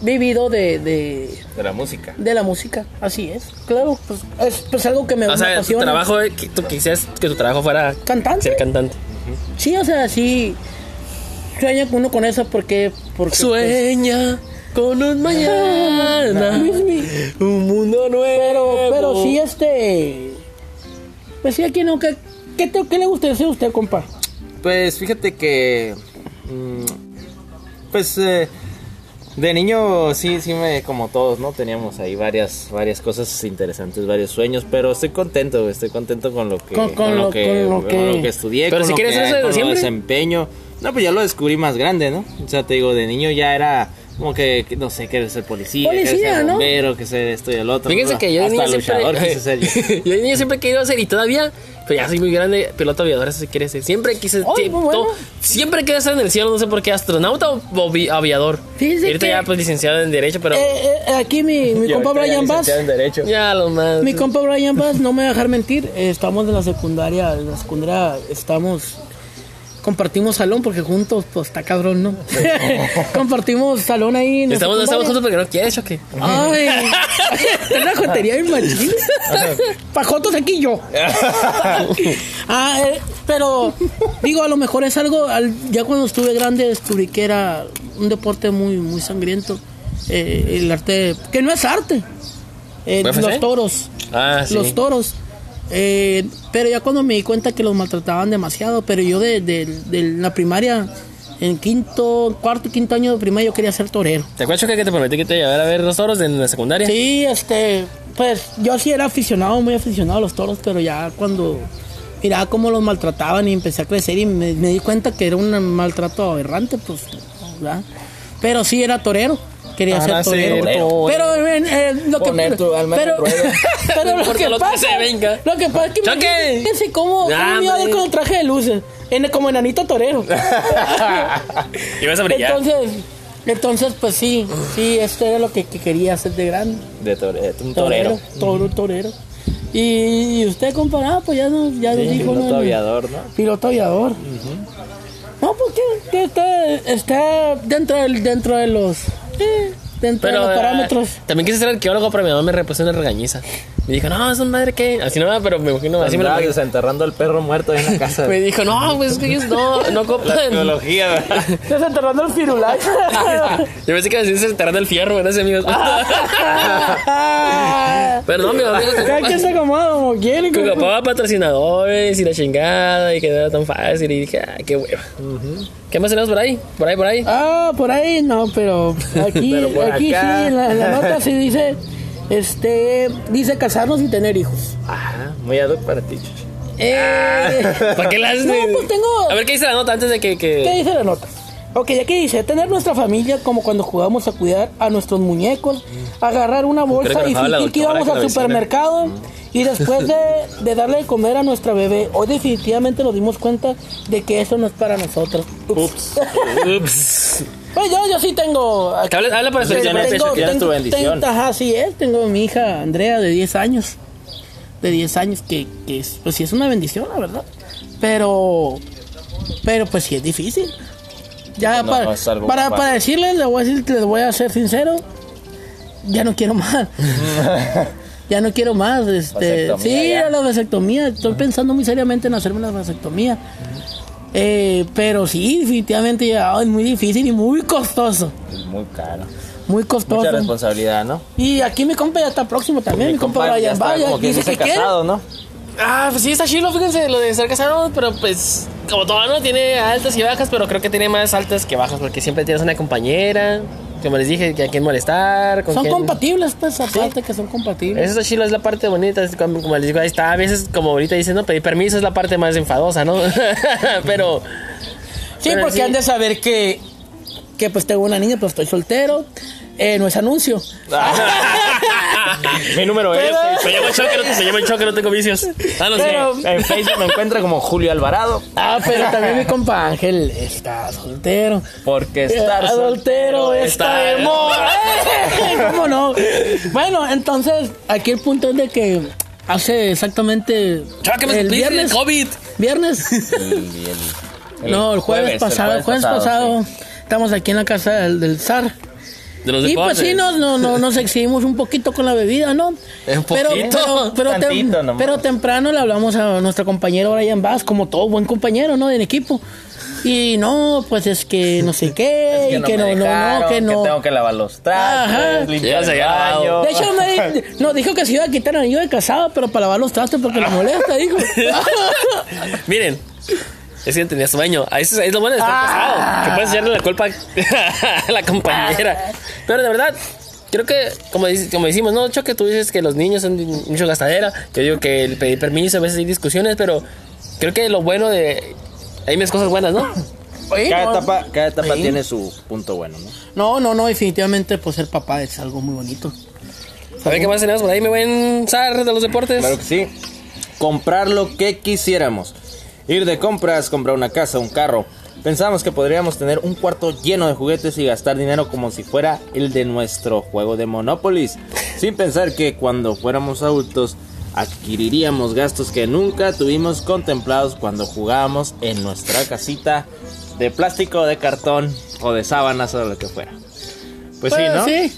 vivido de, de,
De la música.
de la música, así es, claro, pues es pues, algo que me
O
me
sea, tu
apasiona.
trabajo, eh, que tú quisieras que tu trabajo fuera
Cantante.
ser cantante.
Sí, o sea, sí, sueña uno con eso porque... porque
Sueña con un
pues,
mañana.
Luis Mi-
Un mundo nuevo.
pero, pero sí, este, pues sí, aquí no, ¿qué, qué, te- qué le gustaría hacer a usted, compa?
Pues fíjate que. mm, Pues. eh, de niño, sí, sí, me, como todos, ¿no? Teníamos ahí varias, varias cosas interesantes, varios sueños, pero estoy contento, güey, estoy contento con lo que,
Con- con lo- con lo que-
estudié,
Pero
con
si
lo
quieres
que-
eso desde
con lo
siempre.
desempeño. No, pues ya lo descubrí más grande, ¿no? O sea, te digo, de niño ya era como que, que no sé, querer ser policía,
Policía,
querer ser
¿no?
bombero, que ser esto y el otro.
Fíjense
¿no?
que yo de
Hasta
niño siempre.
luchador quise ser yo.
yo de niño siempre he querido ser y todavía. Pero ya soy muy grande, piloto aviador, eso sí quiere ser. Siempre quise.
Ay, muy bueno.
to- siempre quise ser en el cielo, no sé por qué, astronauta o o vi- aviador.
Fíjense
Y ahorita
que-
ya, pues licenciado en Derecho, pero.
Eh, eh, aquí mi, mi
Y
compa
ahorita ya
Brian Bass.
licenciado en Derecho.
Ya lo más.
Mi compa Brian Bass no me va a dejar mentir. eh, Estamos de la secundaria. En la secundaria estamos. Compartimos salón porque juntos, pues está cabrón, ¿no? compartimos salón ahí. En la
Estamos, no estamos juntos
secundaria.
porque no quieres, ¿o qué?
Ay, es una jotería bien machín. Pajotos aquí yo. ah, eh, pero digo, a lo mejor es algo. al- ya cuando estuve grande descubrí que era un deporte muy, muy sangriento. eh, el arte. Que no es arte. eh,
¿UFC?
los toros
Ah, sí.
los toros. Eh, pero ya cuando me di cuenta que los maltrataban demasiado, pero yo de, de- de la primaria, en quinto, cuarto, quinto año de primaria, yo quería ser torero.
¿Te acuerdas, Choque, que te prometí que te iba a llevar a ver los toros en la secundaria?
Sí, este, Pues yo sí era aficionado, muy aficionado a los toros, pero ya cuando miraba cómo los maltrataban y empecé a crecer y me, me di cuenta que era un maltrato aberrante, pues, ¿verdad? Pero sí era torero. Quería
Ahora
Ah,
ser
sí,
torero.
torero.
Pero eh, eh, lo que
Poner tu alma en
pero,
el ruedo.
pero
No
lo
importa
que
lo que
pasa,
se venga.
Lo que pasa es que
¡Choque!
imagínate, fíjense cómo, cómo
Ah,
me iba a ver
hombre.
con el traje de luces, en, como enanito torero.
Y vas a brillar.
Entonces, entonces pues sí, sí, esto era lo que, que quería hacer de grande.
De torero, un torero.
Toro, torero. Y, y usted, comparado, pues ya nos, ya nos
Sí,
dijo.
piloto
¿no?
aviador, ¿no?
Piloto aviador. No, porque está, está dentro, del, dentro de los. eh, dentro de
Pero
los
eh,
parámetros.
también quise ser arqueólogo, pero mi mamá me repuso una regañiza. Me dijo, no, es un madre que. Así no, pero me imagino. Así me, lo
Andaba
imagino.
desenterrando al perro muerto ahí en la casa.
me dijo, no, pues es que ellos no, no copan.
Tecnología, ¿verdad?
Desenterrando el firulais.
Yo pensé que me decían enterrando el fierro, ¿verdad, sí, amigos? pero no, mi mamá me dijo
Cada quien se
que
acomoda como quiere.
que
como-
ocupaba patrocinadores y la chingada y que no era tan fácil. Y dije, ah, qué hueva. ¿Qué más tenemos por ahí? Por ahí, por ahí.
Ah, por ahí no, pero aquí,
Pero por
aquí
acá.
sí, en la, en la nota sí dice, este, dice casarnos y tener hijos.
Ajá, Ah, muy ad hoc para ti, Chucho.
Eh,
¿Para qué las
No, pues tengo-
A ver qué dice la nota antes de que. que-
¿Qué dice la nota? Ok, aquí dice, tener nuestra familia como cuando jugamos a cuidar a nuestros muñecos, agarrar una bolsa
que
y
nos hablaba la
fingir que
doctora,
íbamos
que la
al
vecina.
supermercado y después de, de darle de comer a nuestra bebé, hoy definitivamente nos dimos cuenta de que eso no es para nosotros.
Ups.
Ups.
Pues yo, yo sí tengo...
Que hable- Habla para
Ya no
experiencia.
te
Pecho.
sentías tu bendición.
tengo- ajá, sí es. Tengo mi hija Andrea de 10 años. De 10 años, que, que es, pues sí es una bendición, la verdad. Pero, pero pues sí es difícil. Ya
No,
para,
es algo
para,
fácil.
para decirles, les voy a decir, les voy a ser sincero. Ya no quiero más. ya no quiero más. Este,
Vasectomía,
sí,
ya.
a la vasectomía. Estoy pensando muy seriamente en hacerme una vasectomía. Eh, pero sí, definitivamente ya, es muy difícil y muy costoso.
Es muy caro.
Muy costoso.
Mucha responsabilidad, ¿no?
Y aquí mi compa ya está próximo también, mi, compa,
ya
Brian
está
Vaya.
como que
Dice
dice
que quiere.
casado, ¿no?
Ah, pues sí, está chilo, fíjense, lo de ser casado, pero pues, como todo, ¿no? Tiene altas y bajas, pero creo que tiene más altas que bajas, porque siempre tienes una compañera, como les dije, que a quién molestar, con
Son
quién-
compatibles, pues, aparte que son compatibles.
Eso está chilo, es la parte bonita, es como, como les digo, ahí está, a veces, como ahorita dicen, no, pedir permiso es la parte más enfadosa, ¿no? pero,
sí,
Eh, pero
porque
sí.
han de saber que, que pues tengo una niña, pero estoy soltero. Eh, no es anuncio.
Mi número es. este.
se llama choque, no, se llama choque, no tengo vicios. Ah, no sé.
Pero-
En Facebook me encuentra como Julio Alvarado.
Ah, pero también mi compa Ángel está soltero.
Porque
Estar
estar
soltero está
está
de
de
moda. Eh, ¿Cómo no? Bueno, entonces, aquí el punto es de que hace exactamente
Choque, me
el
supiste,
viernes,
COVID.
viernes
Y el- el
No, el jueves, pasado, el jueves pasado, estamos aquí en la casa del, del zar.
De los
Y pues
deportes.
sí, nos, no, no, nos exhibimos un poquito con la bebida, ¿no?
Un
Pero,
poquito.
pero, pero, tem-
Tantito nomás.
pero temprano le hablamos a nuestro compañero Brian Vaz, como todo buen compañero, ¿no? Del equipo. Y no, pues es que no sé qué,
sí.
y que no,
me
no,
dejaron,
no, que no.
tengo que lavar los trastes,
Ajá.
limpiar
Ya se
el
grabó.
baño.
De hecho, me di- nos dijo que se iba a quitar el anillo de casado, pero para lavar los trastes porque le molesta, dijo.
Miren, es que tenía sueño. A eso es lo bueno de estar casado. Que puedes echarle la culpa a la compañera. Pero de verdad, creo que, como, dic- como decimos, no, Choque, tú dices que los niños son mucho gastadera. Yo digo que el pedir permiso, a veces hay discusiones, pero creo que lo bueno de. Hay mis cosas buenas, ¿no?
Oye,
Cada
no,
etapa, cada etapa
Sí.
tiene su punto bueno, ¿no?
no, no, no, definitivamente, pues ser papá es algo muy bonito.
A ver qué más tenemos por ahí. Me ven zar de los deportes.
Claro que sí. Comprar lo que quisiéramos. Ir de compras, comprar una casa, un carro. Pensamos que podríamos tener un cuarto lleno de juguetes y gastar dinero como si fuera el de nuestro juego de Monopolis. Sin pensar que cuando fuéramos adultos adquiriríamos gastos que nunca tuvimos contemplados cuando jugábamos en nuestra casita de plástico, de cartón o de sábanas o de lo que fuera. Pues sí,
Bueno,
¿no?
Sí.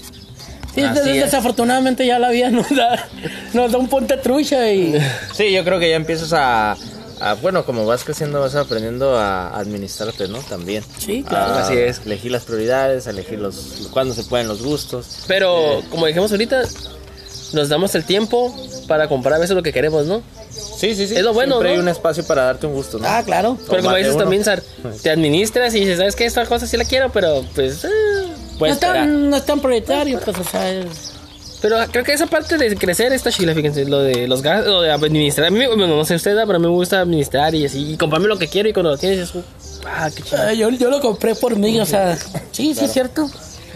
Sí,
Así
des-
es.
desafortunadamente ya la vida nos da, nos da un ponte trucha y...
Sí, yo creo que ya empiezas a, a, bueno, como vas creciendo vas aprendiendo a administrarte, ¿no? También.
Sí, claro.
A
Así es.
Elegir las prioridades, a elegir los cuándo se pueden los gustos.
Pero, como dijimos ahorita, nos damos el tiempo para comprar a veces lo que queremos, ¿no?
Sí, sí, sí.
Es lo bueno,
Siempre
¿no?
hay un espacio para darte un gusto, ¿no?
Ah, claro.
Pero como
Tómate
dices
uno.
también,
Pues.
Sar, te administras y dices, ¿sabes qué? Esta cosa sí la quiero, pero pues... eh,
No
Pues
es, tan, no es tan prioritario, pues, o sea, es-
Pero creo que esa parte de crecer está chila, fíjense, lo de los gastos, lo de administrar. A mí, bueno, no sé usted, pero a mí me gusta administrar y así, y comprarme lo que quiero y cuando lo tienes es un- Ah, qué chido.
Ah, yo, yo lo compré por mí, o sea, sí, sí es cierto.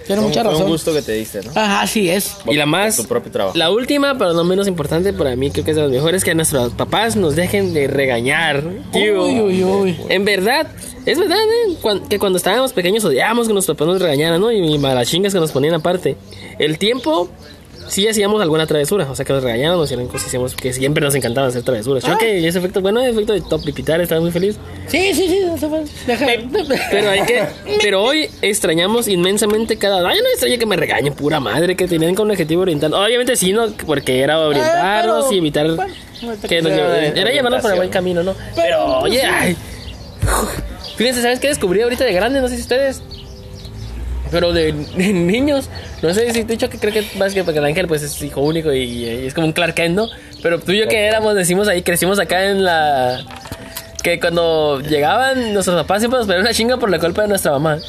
Tiene
Fue un-
mucha
fue un
razón.
gusto que te diste, ¿no?
Ajá, así es.
Y la más,
Tu propio trabajo.
la última, pero no menos importante para mí, creo que es de las mejores, que nuestros papás nos dejen de regañar. tío.
Uy, uy, uy.
En verdad, es verdad, ¿eh? Cuan- que cuando estábamos pequeños odiábamos que nuestros papás nos regañaran, ¿no? Y, y malas chingas que nos ponían aparte. El tiempo, sí hacíamos alguna travesura, o sea, que nos regañaban, nos hacían cosas, hacíamos que siempre nos encantaba hacer travesuras. Creo
Ah.
que ese efecto, bueno, el efecto de top y pitar, estaba muy feliz.
Sí, sí, sí, eso fue. Deja-
Pero hay que, pero hoy extrañamos inmensamente cada año. No extraña que me regañen, pura madre, que tenían con objetivo oriental. Obviamente sí, no, porque era orientarnos
pero-
y evitar
bueno,
que nos
era
llevaran-
de
Era llevarnos por el buen camino,
orientación.
¿no? Pero, oye, ay. Fíjense, ¿sabes qué descubrí ahorita de grande? No sé si ustedes. Pero de, de niños, no sé si te he dicho que creo que más que porque el ángel pues es hijo único y, y es como un Clark Kent, ¿no? Pero tú y yo que éramos, decimos ahí, crecimos acá en la... Que cuando llegaban nuestros papás siempre nos ponían una chinga por la culpa de nuestra mamá.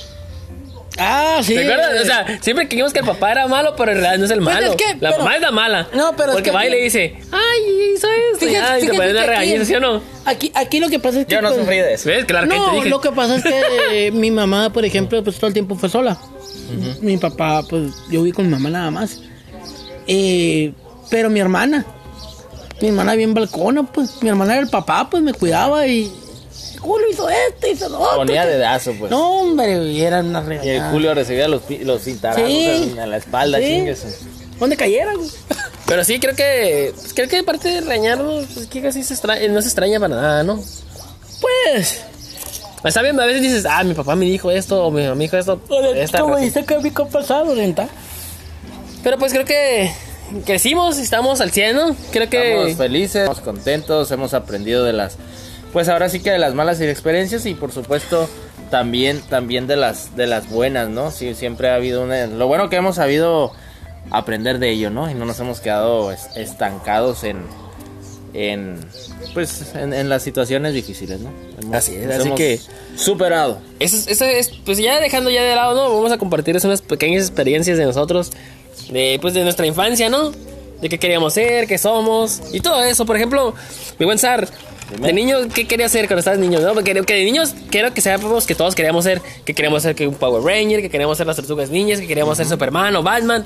Ah, sí.
¿Te acuerdas? O sea, siempre creímos que el papá era malo, pero en realidad no es el
Pues
malo.
es que,
la
pero-
mamá es la mala.
No, pero es
Porque
que
va y
aquí-
le dice, ay, soy esto. y
Fíjate-
ay, te
fíjate
ponen una
que
regañiza, ¿sí o no?
Aquí, aquí lo que pasa es que. pues,
Yo no
con-
sufrí de eso.
¿Ves? Clark Kent,
No,
te dije.
lo que pasa es que eh, mi mamá, por ejemplo, pues todo el tiempo fue sola. Mi papá, pues yo viví con mi mamá nada más. Eh, pero mi hermana, mi hermana bien balcona, pues mi hermana era el papá, pues me cuidaba y Julio hizo esto, hizo lo otro.
Ponía dedazo, pues.
No, hombre, y era una
Y el
regañada.
Julio recibía los, pi- los cintarazos
Sí.
en, en la espalda,
Sí.
chingues.
¿Dónde cayera, güey?
Pero sí, creo que. pues, creo que aparte de regañarnos, pues que casi se extraña, no se extraña para nada, ¿no?
Pues,
Está bien, a veces dices, ah, mi papá me dijo esto, o mi mamá me dijo esto. por esta
como
razón".
dice que mi pasado, lenta.
Pero pues creo que crecimos y estamos al cielo, ¿no? Creo que.
Estamos felices, estamos contentos, hemos aprendido de las, pues ahora sí que de las malas experiencias y por supuesto también, también de las, de las buenas, ¿no? Sí, siempre ha habido una, lo bueno que hemos sabido aprender de ello, ¿no? Y no nos hemos quedado es- estancados en, en, pues en, en las situaciones difíciles, ¿no? Hemos-
Así es,
nos
así
hemos
que-
superado.
Eso es- eso es- pues ya dejando ya de lado, ¿no? Vamos a compartirles unas pequeñas experiencias de nosotros, de, pues de nuestra infancia, ¿no? De qué queríamos ser, qué somos y todo eso. Por ejemplo, mi buen Sar, de niño, ¿qué quería ser cuando estabas niño? ¿no? Porque, que de niños quiero que sepamos que todos queríamos ser, que queríamos ser que un Power Ranger, que queríamos ser las tortugas niñas, que queríamos ser Superman o Batman.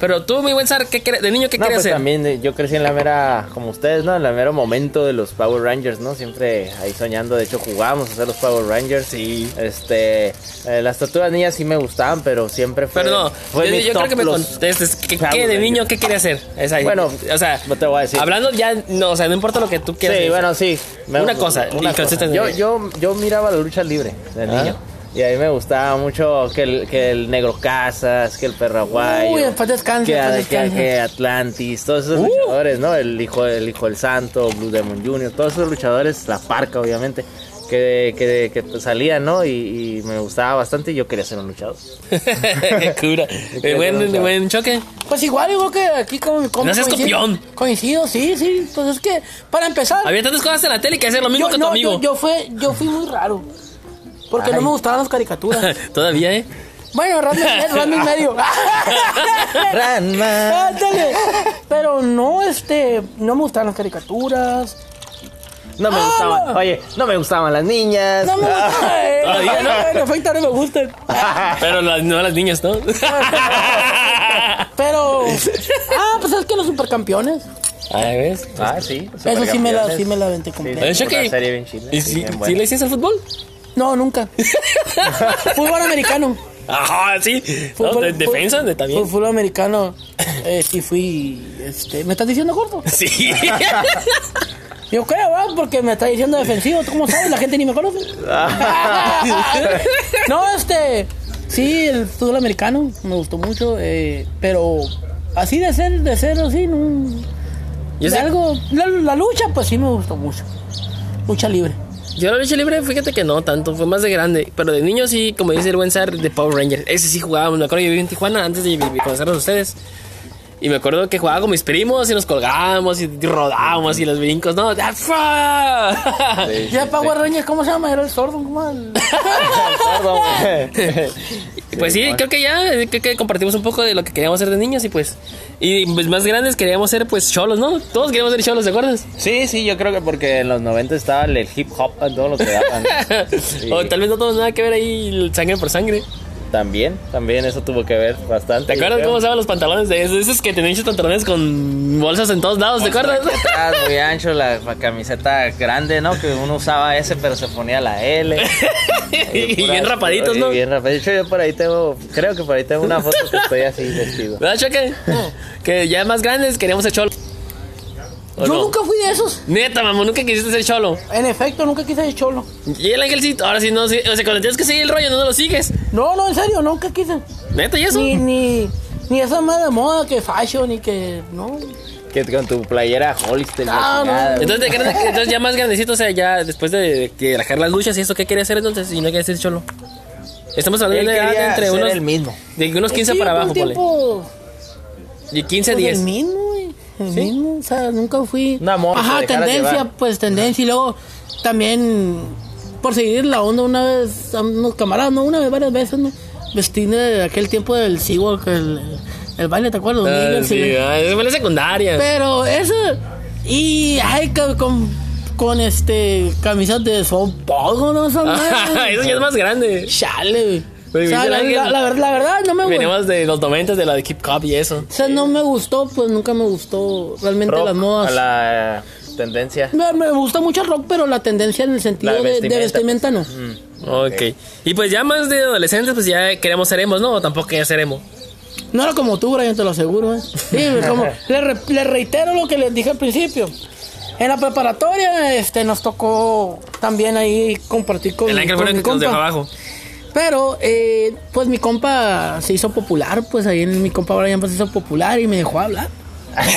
Pero tú, mi buen Sar, ¿qué quer- de niño qué
No,
querías
pues
ser?
también eh, yo crecí en la mera, como ustedes, ¿no? En el mero momento de los Power Rangers, ¿no? Siempre ahí soñando, de hecho jugábamos a ser los Power Rangers. Sí. Este, eh, las tortugas niñas sí me gustaban, pero siempre fue...
Pero no,
fue
yo,
mi
yo creo
top
que me
los-
contestes que,
Power
que de
Rangers.
niño qué querías ser. Esa-
Bueno,
o sea,
no te voy a decir.
Hablando ya, no, o sea, no importa lo que tú
Sí,
quieras. ser.
bueno, sí.
Una cosa, y consiste
Yo,
en-
yo, yo miraba la lucha libre de
Ah.
niño. Y a mí me gustaba mucho que el, que el Negro Casas, que el Perro Aguayo.
Uy, en paz descanse,
que,
en paz
que-
descanse. Uh.
que Atlantis, todos esos luchadores, ¿no? El hijo, el hijo del Santo, Blue Demon Jr., todos esos luchadores, la parca, obviamente. Que, que, que pues, salían, ¿no? Y, y me gustaba bastante y yo quería ser un luchador.
Qué cura. Eh, buen, buen choque.
Pues igual, digo que aquí con... con
No seas copión.
Coincido, sí, sí. Pues es que, para empezar...
Había tantas cosas en la tele que hacer lo mismo que tu
no,
amigo.
Yo, yo fue- yo fui muy raro. Porque no
Ay.
me gustaban las caricaturas.
Todavía, ¿eh?
bueno, random, random medio.
Ranma.
Ándale. Pero no, este, no me gustaban las caricaturas.
No me
Ah,
gustaban,
no.
oye, no me gustaban las niñas. Ah,
No me
Ah.
gustaban. eh,
Todavía no.
En efecto, ahora me gustan.
Pero las, no las niñas, ¿no?
Pero, ah, pues es que los supercampeones.
Ay, ¿ves?
Ah, sí.
Eso sí me, la, sí me la aventé
Sí,
completa.
Oye,
sí,
Choque.
una serie bien chida,
¿Y
sí,
si,
bien
si
buena.
le hiciste el fútbol?
No, nunca. Fútbol americano.
Ajá, sí. No,
Fútbol-
de- defensa, de, también.
Fútbol americano. Eh, sí fui, este, ¿me estás diciendo corto?
Sí.
Yo creo, ¿verdad? porque me está diciendo defensivo. ¿Tú cómo sabes? La gente ni me conoce. no, este. Sí, el fútbol americano me gustó mucho, eh, pero así de ser, de ser así, no.
Yo
de
sé-
algo. La, la lucha, pues sí me gustó mucho. Lucha libre.
Yo la lucha libre, fíjate que no tanto, fue más de grande. Pero de niño sí, como dice el buen Sar, de Power Ranger. Ese sí jugábamos, me acuerdo, yo viví en Tijuana antes de vi- vi- conocerlos a ustedes. Y me acuerdo que jugaba con mis primos y nos colgábamos y rodábamos y los brincos. No, ¡Ah, fa!
Sí,
Ya
sí,
Pau
sí.
Arreñas, ¿cómo se llama? Era el sordo, mal.
Perdón, güey.
Pues sí,
bueno.
creo que ya, eh, creo que compartimos un poco de lo que queríamos ser de niños y pues, y pues más grandes queríamos ser pues cholos, ¿no? Todos queríamos ser cholos, ¿te acuerdas?
Sí, sí, yo creo que porque en los 90 estaba el hip hop a todo lo que daban. Sí.
O tal vez no todos nada que ver ahí el sangre por sangre.
También, también eso tuvo que ver bastante.
¿Te acuerdas cómo usaban los pantalones de esos, esos que tenían esos pantalones con bolsas en todos lados, ¿te acuerdas?
Atrás, muy ancho, la fa- camiseta grande, ¿no? Que uno usaba ese, pero se ponía la L.
y
Puras-
bien rapaditos, ¿no?
y bien rapaditos. De hecho, yo por ahí tengo, creo que por ahí tengo una foto que estoy así vestido.
¿Verdad, Choque? que ya más grandes queríamos ser cholos. ¿O
Yo
no?
nunca fui de esos.
Neta, mamón, nunca quisiste ser cholo.
En efecto, nunca quise ser cholo.
Y el angelcito, ahora sí no, sí, o sea, cuando tienes que seguir el rollo, no lo sigues.
No, no, en serio, nunca quise.
Neta, ¿y eso?
Ni, ni, ni esa madre de moda que fashion y que. No.
Que con tu playera Hollister. la
Ah, no.
chingada.
Entonces, de grande- entonces ya más grandecito, o sea, ya después de que dejar las luchas y eso, ¿qué quería hacer entonces? Si no quería ser cholo. Estamos hablando
Él
de una edad de
quería
entre
ser
unos,
el mismo.
de unos 15
Sí,
para
yo
abajo,
un
ponle.
tiempo,
De 15 a
pues,
10.
El mismo, güey. El mismo, o sea, nunca fui.
Una morra,
Ajá,
te dejaras
tendencia,
llevar.
pues tendencia. Y luego también, por seguir la onda, una vez, a unos camaradas, no, una vez, varias veces, ¿no? Vestí de aquel tiempo del Seawalk, el, el baile, ¿te acuerdas? Donde iba
Ah,
el
sí,
silencio.
ah, eso fue la secundaria.
Pero eso. Y ay, ca- con, con este. Camisas de Son Pogo, ¿no? Esa madre.
eso ya es más grande.
Chale, güey.
Pero
O sea,
dice
la,
el ángel-
la- la ver- la verdad, no me gustó.
Venimos de los 90 de la de Keep Cup y eso.
O sea, no me gustó, pues nunca me gustó realmente
Rock
las modas.
a la tendencia.
Me, me gusta mucho el rock, pero la tendencia en el sentido
La
de- de,
pues.
vestimenta.
vestimenta no.
Ok. Y pues ya más de adolescentes, pues ya queremos ser emos, ¿no? O tampoco quería ser emo.
No era como tú, Brian, te lo aseguro. ¿eh? Sí, como, le, re- le reitero lo que les dije al principio. En la preparatoria este, nos tocó también ahí compartir con
El ángel
con
fue el
mi
que nos dejó
compa.
abajo.
Pero, eh, pues mi compa se hizo popular, pues ahí en mi compa Brian pues, se hizo popular y me dejó hablar.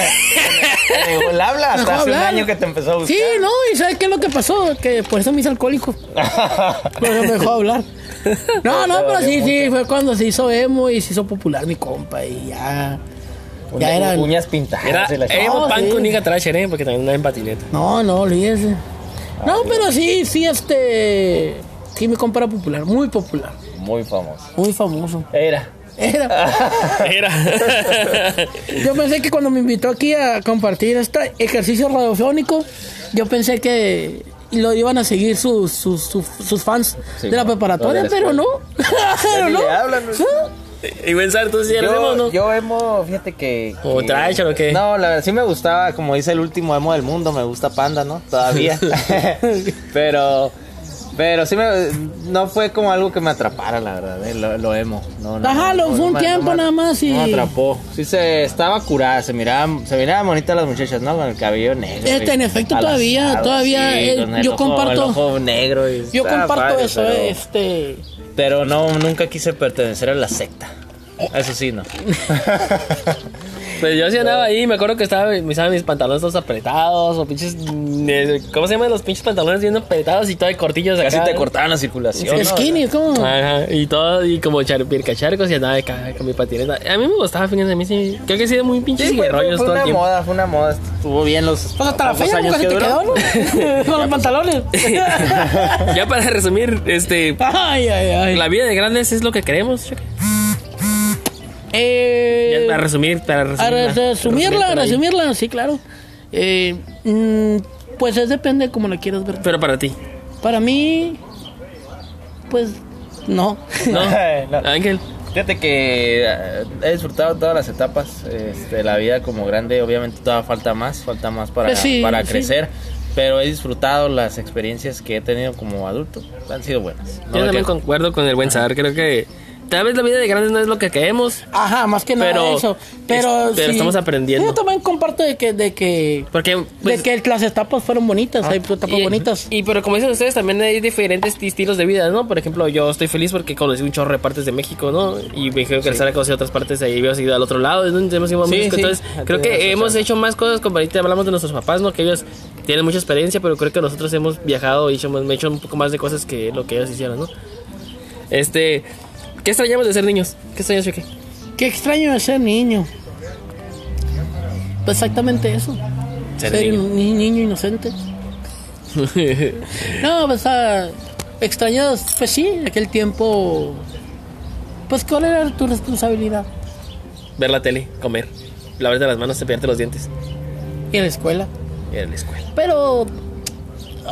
Eh, güey, habla,
Me dejó
hasta hace un
hablar.
año que te empezó a
Sí,
buscar.
no, y ¿sabes qué es lo que pasó? Que por eso me hice alcohólico. Por eso me dejó hablar. No, no, pero sí, sí, fue cuando se hizo emo y se hizo popular mi compa y ya.
Uña-
Ya eran.
uñas pintadas.
Era
y Ah, la chingada.
emo,
No,
pan
sí.
con Niga Trasher, ¿eh? Porque también andaba en patineta.
No, no, olvídese. No, pero sí, sí, este. Sí, mi compa era popular, muy popular,
Muy famoso.
muy famoso.
Era.
Era.
Era.
Yo pensé que cuando me invitó aquí a compartir este ejercicio radiofónico, yo pensé que lo iban a seguir sus, sus, sus, sus fans
Sí,
de la
no,
preparatoria,
no de la
pero no. pero
ni
no.
le hablan.
¿Ah?
Y pensar, ¿tú sí eres emo o
Yo,
no?
yo emo, fíjate que.
¿O
que-
trash o qué?
No, la verdad sí me gustaba, como dice el último emo del mundo, me gusta Panda, ¿no? Todavía. pero. Pero sí me. No fue como algo que me atrapara, la verdad, eh, lo, lo emo. No, no,
Ajá,
no,
lo- fue un
me-
tiempo
me-
nada más y-
No me atrapó. Sí, se estaba curada, se miraban, se miraban bonitas las muchachas, ¿no? Con el cabello negro.
Este,
y
en efecto,
alazado,
todavía- todavía, eh,
con el
yo
ojo-
comparto-
el ojo negro y
Yo
estaba
comparto
padre,
eso,
pero-
eh, este.
pero no, nunca quise pertenecer a la secta.
Oh.
Eso sí, no.
Pues yo sí andaba ahí, me acuerdo que estaba, me usaban mis pantalones todos apretados, o pinches, eh, ¿cómo se llaman los pinches pantalones bien apretados y todo de cortillas acá?
Casi te
¿no? Ah,
cortaban la circulación. ¿no?
skinny, ¿cómo?
Ajá, y todo, y como char, charcos y andaba de acá con mi patineta. A mí me gustaba, fíjense, a mí sí, creo que sí, de muy pinches
Sí, fue, fue,
rollos todo el
una
tiempo.
moda, fue una moda. Estuvo bien los.
Pues hasta la
pocos
fecha nunca se te quedó,
duró.
¿no? Con los pantalones.
ya para resumir, este,
ay, ay, ay.
la vida de grandes es lo que queremos, Choque. Ya
Eh,
para resumir, para resumir.
a resumirla, a resumirla, sí, claro. Eh, mm, pues es depende de cómo la quieras ver.
Pero para ti,
Para mí, pues no.
¿no?
No. Ah,
Ángel.
Fíjate que eh, he disfrutado todas las etapas este, de la vida como grande. Obviamente todavía falta más, falta más para,
Pues sí,
para
sí.
crecer. Pero he disfrutado las experiencias que he tenido como adulto. Han sido buenas. No
Yo
me
también
quejo.
concuerdo con el buen saber, creo que tal vez la vida de grandes no es lo que queremos,
Ajá, más que nada
Pero-
eso. Pero,
es- pero
sí.
estamos aprendiendo.
Yo también comparto de que, de que,
porque... pues, Ah,
de que las etapas fueron bonitas. hay etapas
y,
bonitas.
Y pero como dicen ustedes, también hay diferentes ti- estilos de vida, ¿no? Por ejemplo, yo estoy feliz porque conocí un chorro de partes de México, ¿no? Y me dijeron que el Sara conoció otras partes ahí, habíamos ido al otro lado, ¿no? Entonces, hemos ido a
Sí,
México.
sí,
Entonces,
ha
creo
tenido
que
esa
hemos
chance.
hecho más cosas, como ahorita hablamos de nuestros papás, ¿no? Que ellos tienen mucha experiencia, pero creo que nosotros hemos viajado y hemos hecho un poco más de cosas que lo que ellos hicieron, ¿no? Este... ¿Qué extrañamos de ser niños? ¿Qué extrañas, Chucky?
Qué extraño de ser niño. Pues exactamente eso.
Ser
Ser,
niño.
un ni- niño inocente. No, pues ah, extrañas, pues sí, en aquel tiempo. Pues cuál era tu responsabilidad.
Ver la tele, comer, lavarte las manos, cepillarte los dientes.
Ir a la escuela.
Ir a la escuela.
Pero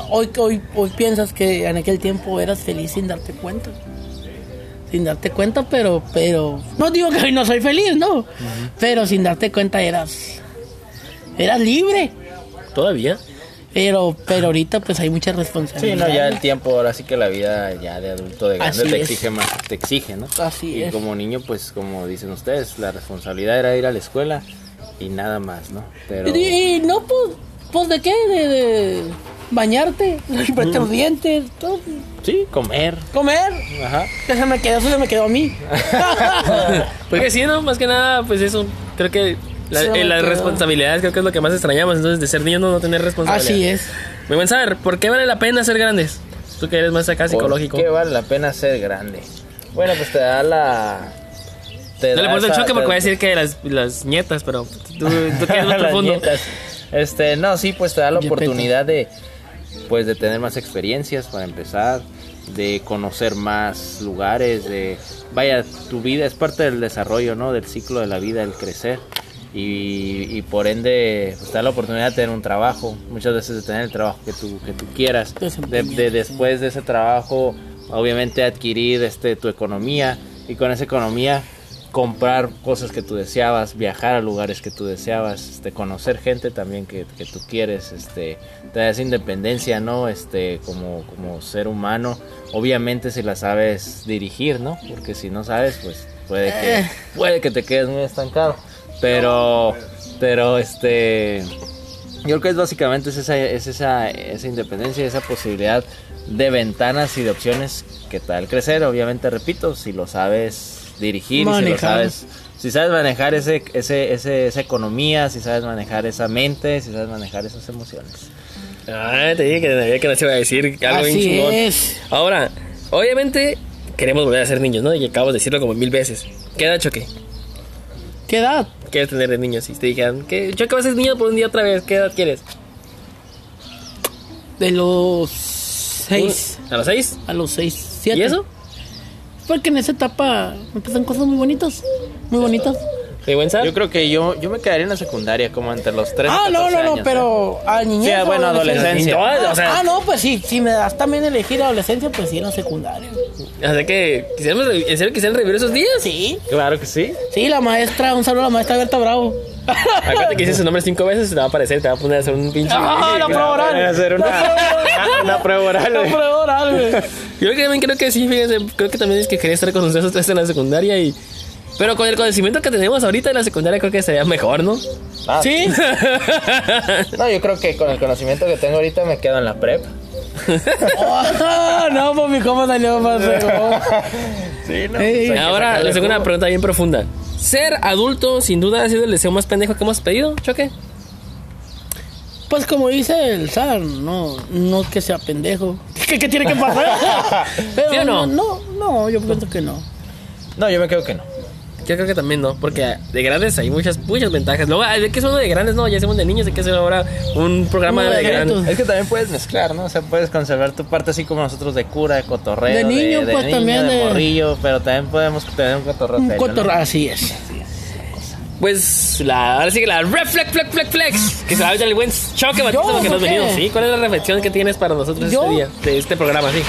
hoy, hoy, hoy piensas que en aquel tiempo eras feliz sin darte cuenta. Sin darte cuenta, pero, pero. No digo que hoy no soy feliz, no. Pero sin darte cuenta eras. Eras libre.
Todavía.
Pero, pero ahorita pues hay mucha
Sí,
responsabilidad.
no, ya el tiempo, ahora sí que la vida ya de adulto, de grande,
Así
te
es.
exige más, te exige, ¿no?
Así
y
es.
como niño, pues como dicen ustedes, la responsabilidad era ir a la escuela y nada más, ¿no? Pero...
Y, y no, pues, pues de qué? De, de bañarte, limpiarte los dientes, todo.
Sí, comer.
comer.
Ajá.
Que se me quedó, eso se me quedó a mí.
Porque sí, ¿no? Más que nada, pues eso. Creo que la-
Sí,
eh, las
claro.
responsabilidades creo que es lo que más extrañamos. Entonces, de ser niño no, no tener responsabilidades.
Así es.
Muy buen saber, ¿por qué vale la pena ser grandes? Tú que eres más acá psicológico.
Que Pues, vale la pena ser grande. Bueno, pues te da la. Te
No le
da
pones pues, el
esa-
choque porque
te-
voy a decir que las, las nietas, pero tú, tú que eres más
Las
profundo.
nietas. Este, no, sí, pues te da la
Yepeto.
oportunidad de pues de tener más experiencias para empezar, de conocer más lugares, de vaya, tu vida es parte del desarrollo, ¿no? Del ciclo de la vida, el crecer. Y, y por ende, pues, te da la oportunidad de tener un trabajo, muchas veces de tener el trabajo que tú, que tú quieras, de, de-
Desempeñarte.
después de ese trabajo, obviamente adquirir este, tu economía y con esa economía comprar cosas que tú deseabas, viajar a lugares que tú deseabas, este, conocer gente también que, que tú quieres, este, te da esa independencia, ¿no? Este, como, como ser humano, obviamente si la sabes dirigir, ¿no? Porque si no sabes, pues puede que, puede que te quedes muy estancado, pero, pero este... Yo creo que es básicamente es esa, es esa, esa independencia, esa posibilidad de ventanas y de opciones que te da el crecer. Obviamente, repito, si lo sabes dirigir, y si lo
Manejar.
sabes, si sabes manejar ese, ese, ese, esa economía, si sabes manejar esa mente, si sabes manejar esas emociones.
Ah, te dije que había que no se iba a decir algo bien
Así
chingón.
es.
Ahora, obviamente queremos volver a ser niños, ¿no? Y acabo de decirlo como mil veces. ¿Qué edad, Choque?
¿Qué edad?
¿Quieres tener de niño? Si te dijeran, ¿qué? Choque, vas a ser niño por un día otra vez. ¿Qué edad quieres?
De los seis.
¿A los seis?
A los seis, siete.
¿Y eso?
Porque en esa etapa empiezan cosas muy bonitas. Muy bonitas.
¿De buen saber?
Yo creo que yo, yo me quedaría en la secundaria, como entre los 3
Ah, no, no, no, pero a niñez.
¿eh? Sí, bueno,
o
Y
adolescencia.
todas, o sea,
ah, no, pues sí, si me das también elegir adolescencia, pues sí, en la secundaria.
o sea que quisiéramos, revi- en serio quisieran revivir esos días.
Sí,
Claro que sí.
sí, la maestra, un saludo a la maestra Berta Bravo.
Acuérdate que dices su nombre cinco veces, te va a aparecer, te va a poner a hacer un pinche.
Ah, la prueba oral.
Voy a hacer una, una prueba oral.
La prueba oral, güey.
Yo creo que también creo que sí, fíjense, creo que también es que quería estar con ustedes tres en la secundaria y. Pero con el conocimiento que tenemos ahorita en la secundaria creo que sería mejor, ¿no?
Ah,
Sí,
No, yo creo que con el conocimiento que tengo ahorita me quedo en la prep.
Ah, no, pues mi cómo salió más feo.
Sí, no.
Ey,
pues hay que
Ahora,
sacarle
les hago
jugo.
una pregunta bien profunda. Ser adulto, sin duda, ha sido el deseo más pendejo que hemos pedido, Choque.
Pues como dice el zar, no, no es que sea pendejo. ¿Qué, qué tiene que pasar? Pero
¿Sí o no?
no? no, no, yo pienso que no.
No, yo me quedo que no.
Yo creo que también no, porque de grandes hay muchas, muchas ventajas. Luego, ay, ¿de qué es uno de grandes? No, ya hacemos de niños, hay que hacer ahora un programa
Uno
de
de
grandes.
adultos.
Es que también puedes mezclar, ¿no? O sea, puedes conservar tu parte así como nosotros de cura, de cotorreo.
De niño, pues, también
De
de-
morrillo, pero también podemos tener un cotorreo.
Un
serio,
cotorra-
¿no?
así es.
Pues la, ahora sí que la reflex, flex, flex, flex, que se va a el buen choque, Batista, porque
¿o
nos
qué?
venimos, ¿sí? ¿Cuál es la reflexión que tienes para nosotros
¿Yo?
este día, de este programa, sí?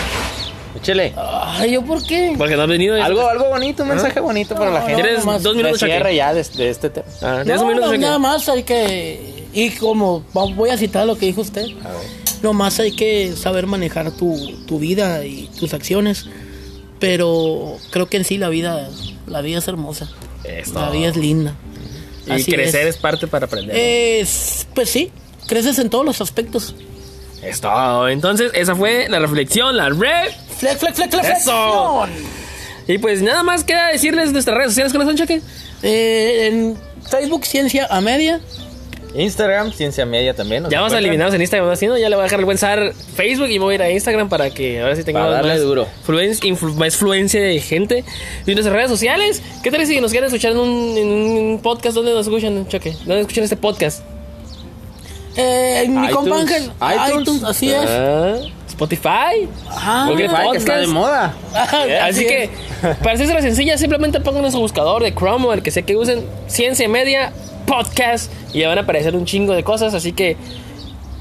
Échele.
Ay, ¿yo por qué?
Porque no has
Pues,
venido.
Algo, algo bonito,
¿Mm?
un mensaje bonito para la gente.
Tienes
nomás,
dos minutos,
De cierre
Choque.
ya de, de este tema.
Ah, tienes
No,
un minuto,
no,
Choque.
nada más hay que... Y como va- voy a citar lo que dijo usted, nomás hay que saber manejar tu, tu vida y tus acciones. Pero creo que en sí la vida, la vida es hermosa.
Eso.
La vida es linda.
Ah. Y
Así
crecer
es. Eh.
es. parte para aprender.
Es- pues sí, creces en todos los aspectos.
Es todo. Entonces, esa fue la reflexión, la red.
Flex, flex, flex, flex,
Eso. Y pues nada más queda decirles nuestras redes sociales, ¿cuáles son, Choque?
Eh, en Facebook Ciencia a Media,
Instagram, Ciencia Media también. nos
Ya vamos a
encuentran.
eliminarnos en Instagram, ¿no? Si no, ya le voy a dejar el buen zar Facebook y me voy a ir a Instagram para que ahora sí tengamos
Para darle
más,
duro.
fluen- influ- más fluencia de gente. Y nuestras redes sociales. ¿Qué tal si nos quieren escuchar en un, en un podcast? ¿Dónde nos escuchan, Choque? ¿Dónde escuchan este podcast?
Eh, mi
iTunes.
compa Ángel.
iTunes.
iTunes, así es.
Ah, Spotify.
Ajá.
Google
Ay, que está de
Podcast.
moda.
¿Eh? Así
es.
que, para hacerse la sencilla, simplemente pongan en su buscador de Chrome o el que sea que usen, Ciencia Media Podcast, y ya van a aparecer un chingo de cosas. Así que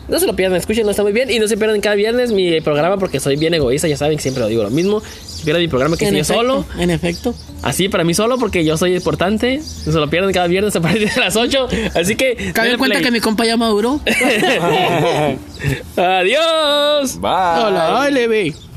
no se lo pierdan, escúchenlo, está muy bien. Y no se pierdan cada viernes mi programa porque soy bien egoísta, ya saben que siempre lo digo lo mismo. Se pierdan mi programa que
En
estoy yo
efecto,
solo,
En efecto.
así para mí solo porque yo soy importante. No se lo pierdan cada viernes a partir de las 8. Así que,
Cabe
denle
en cuenta
play.
que mi compa ya maduró.
adiós.
Bye.
Hola, LB.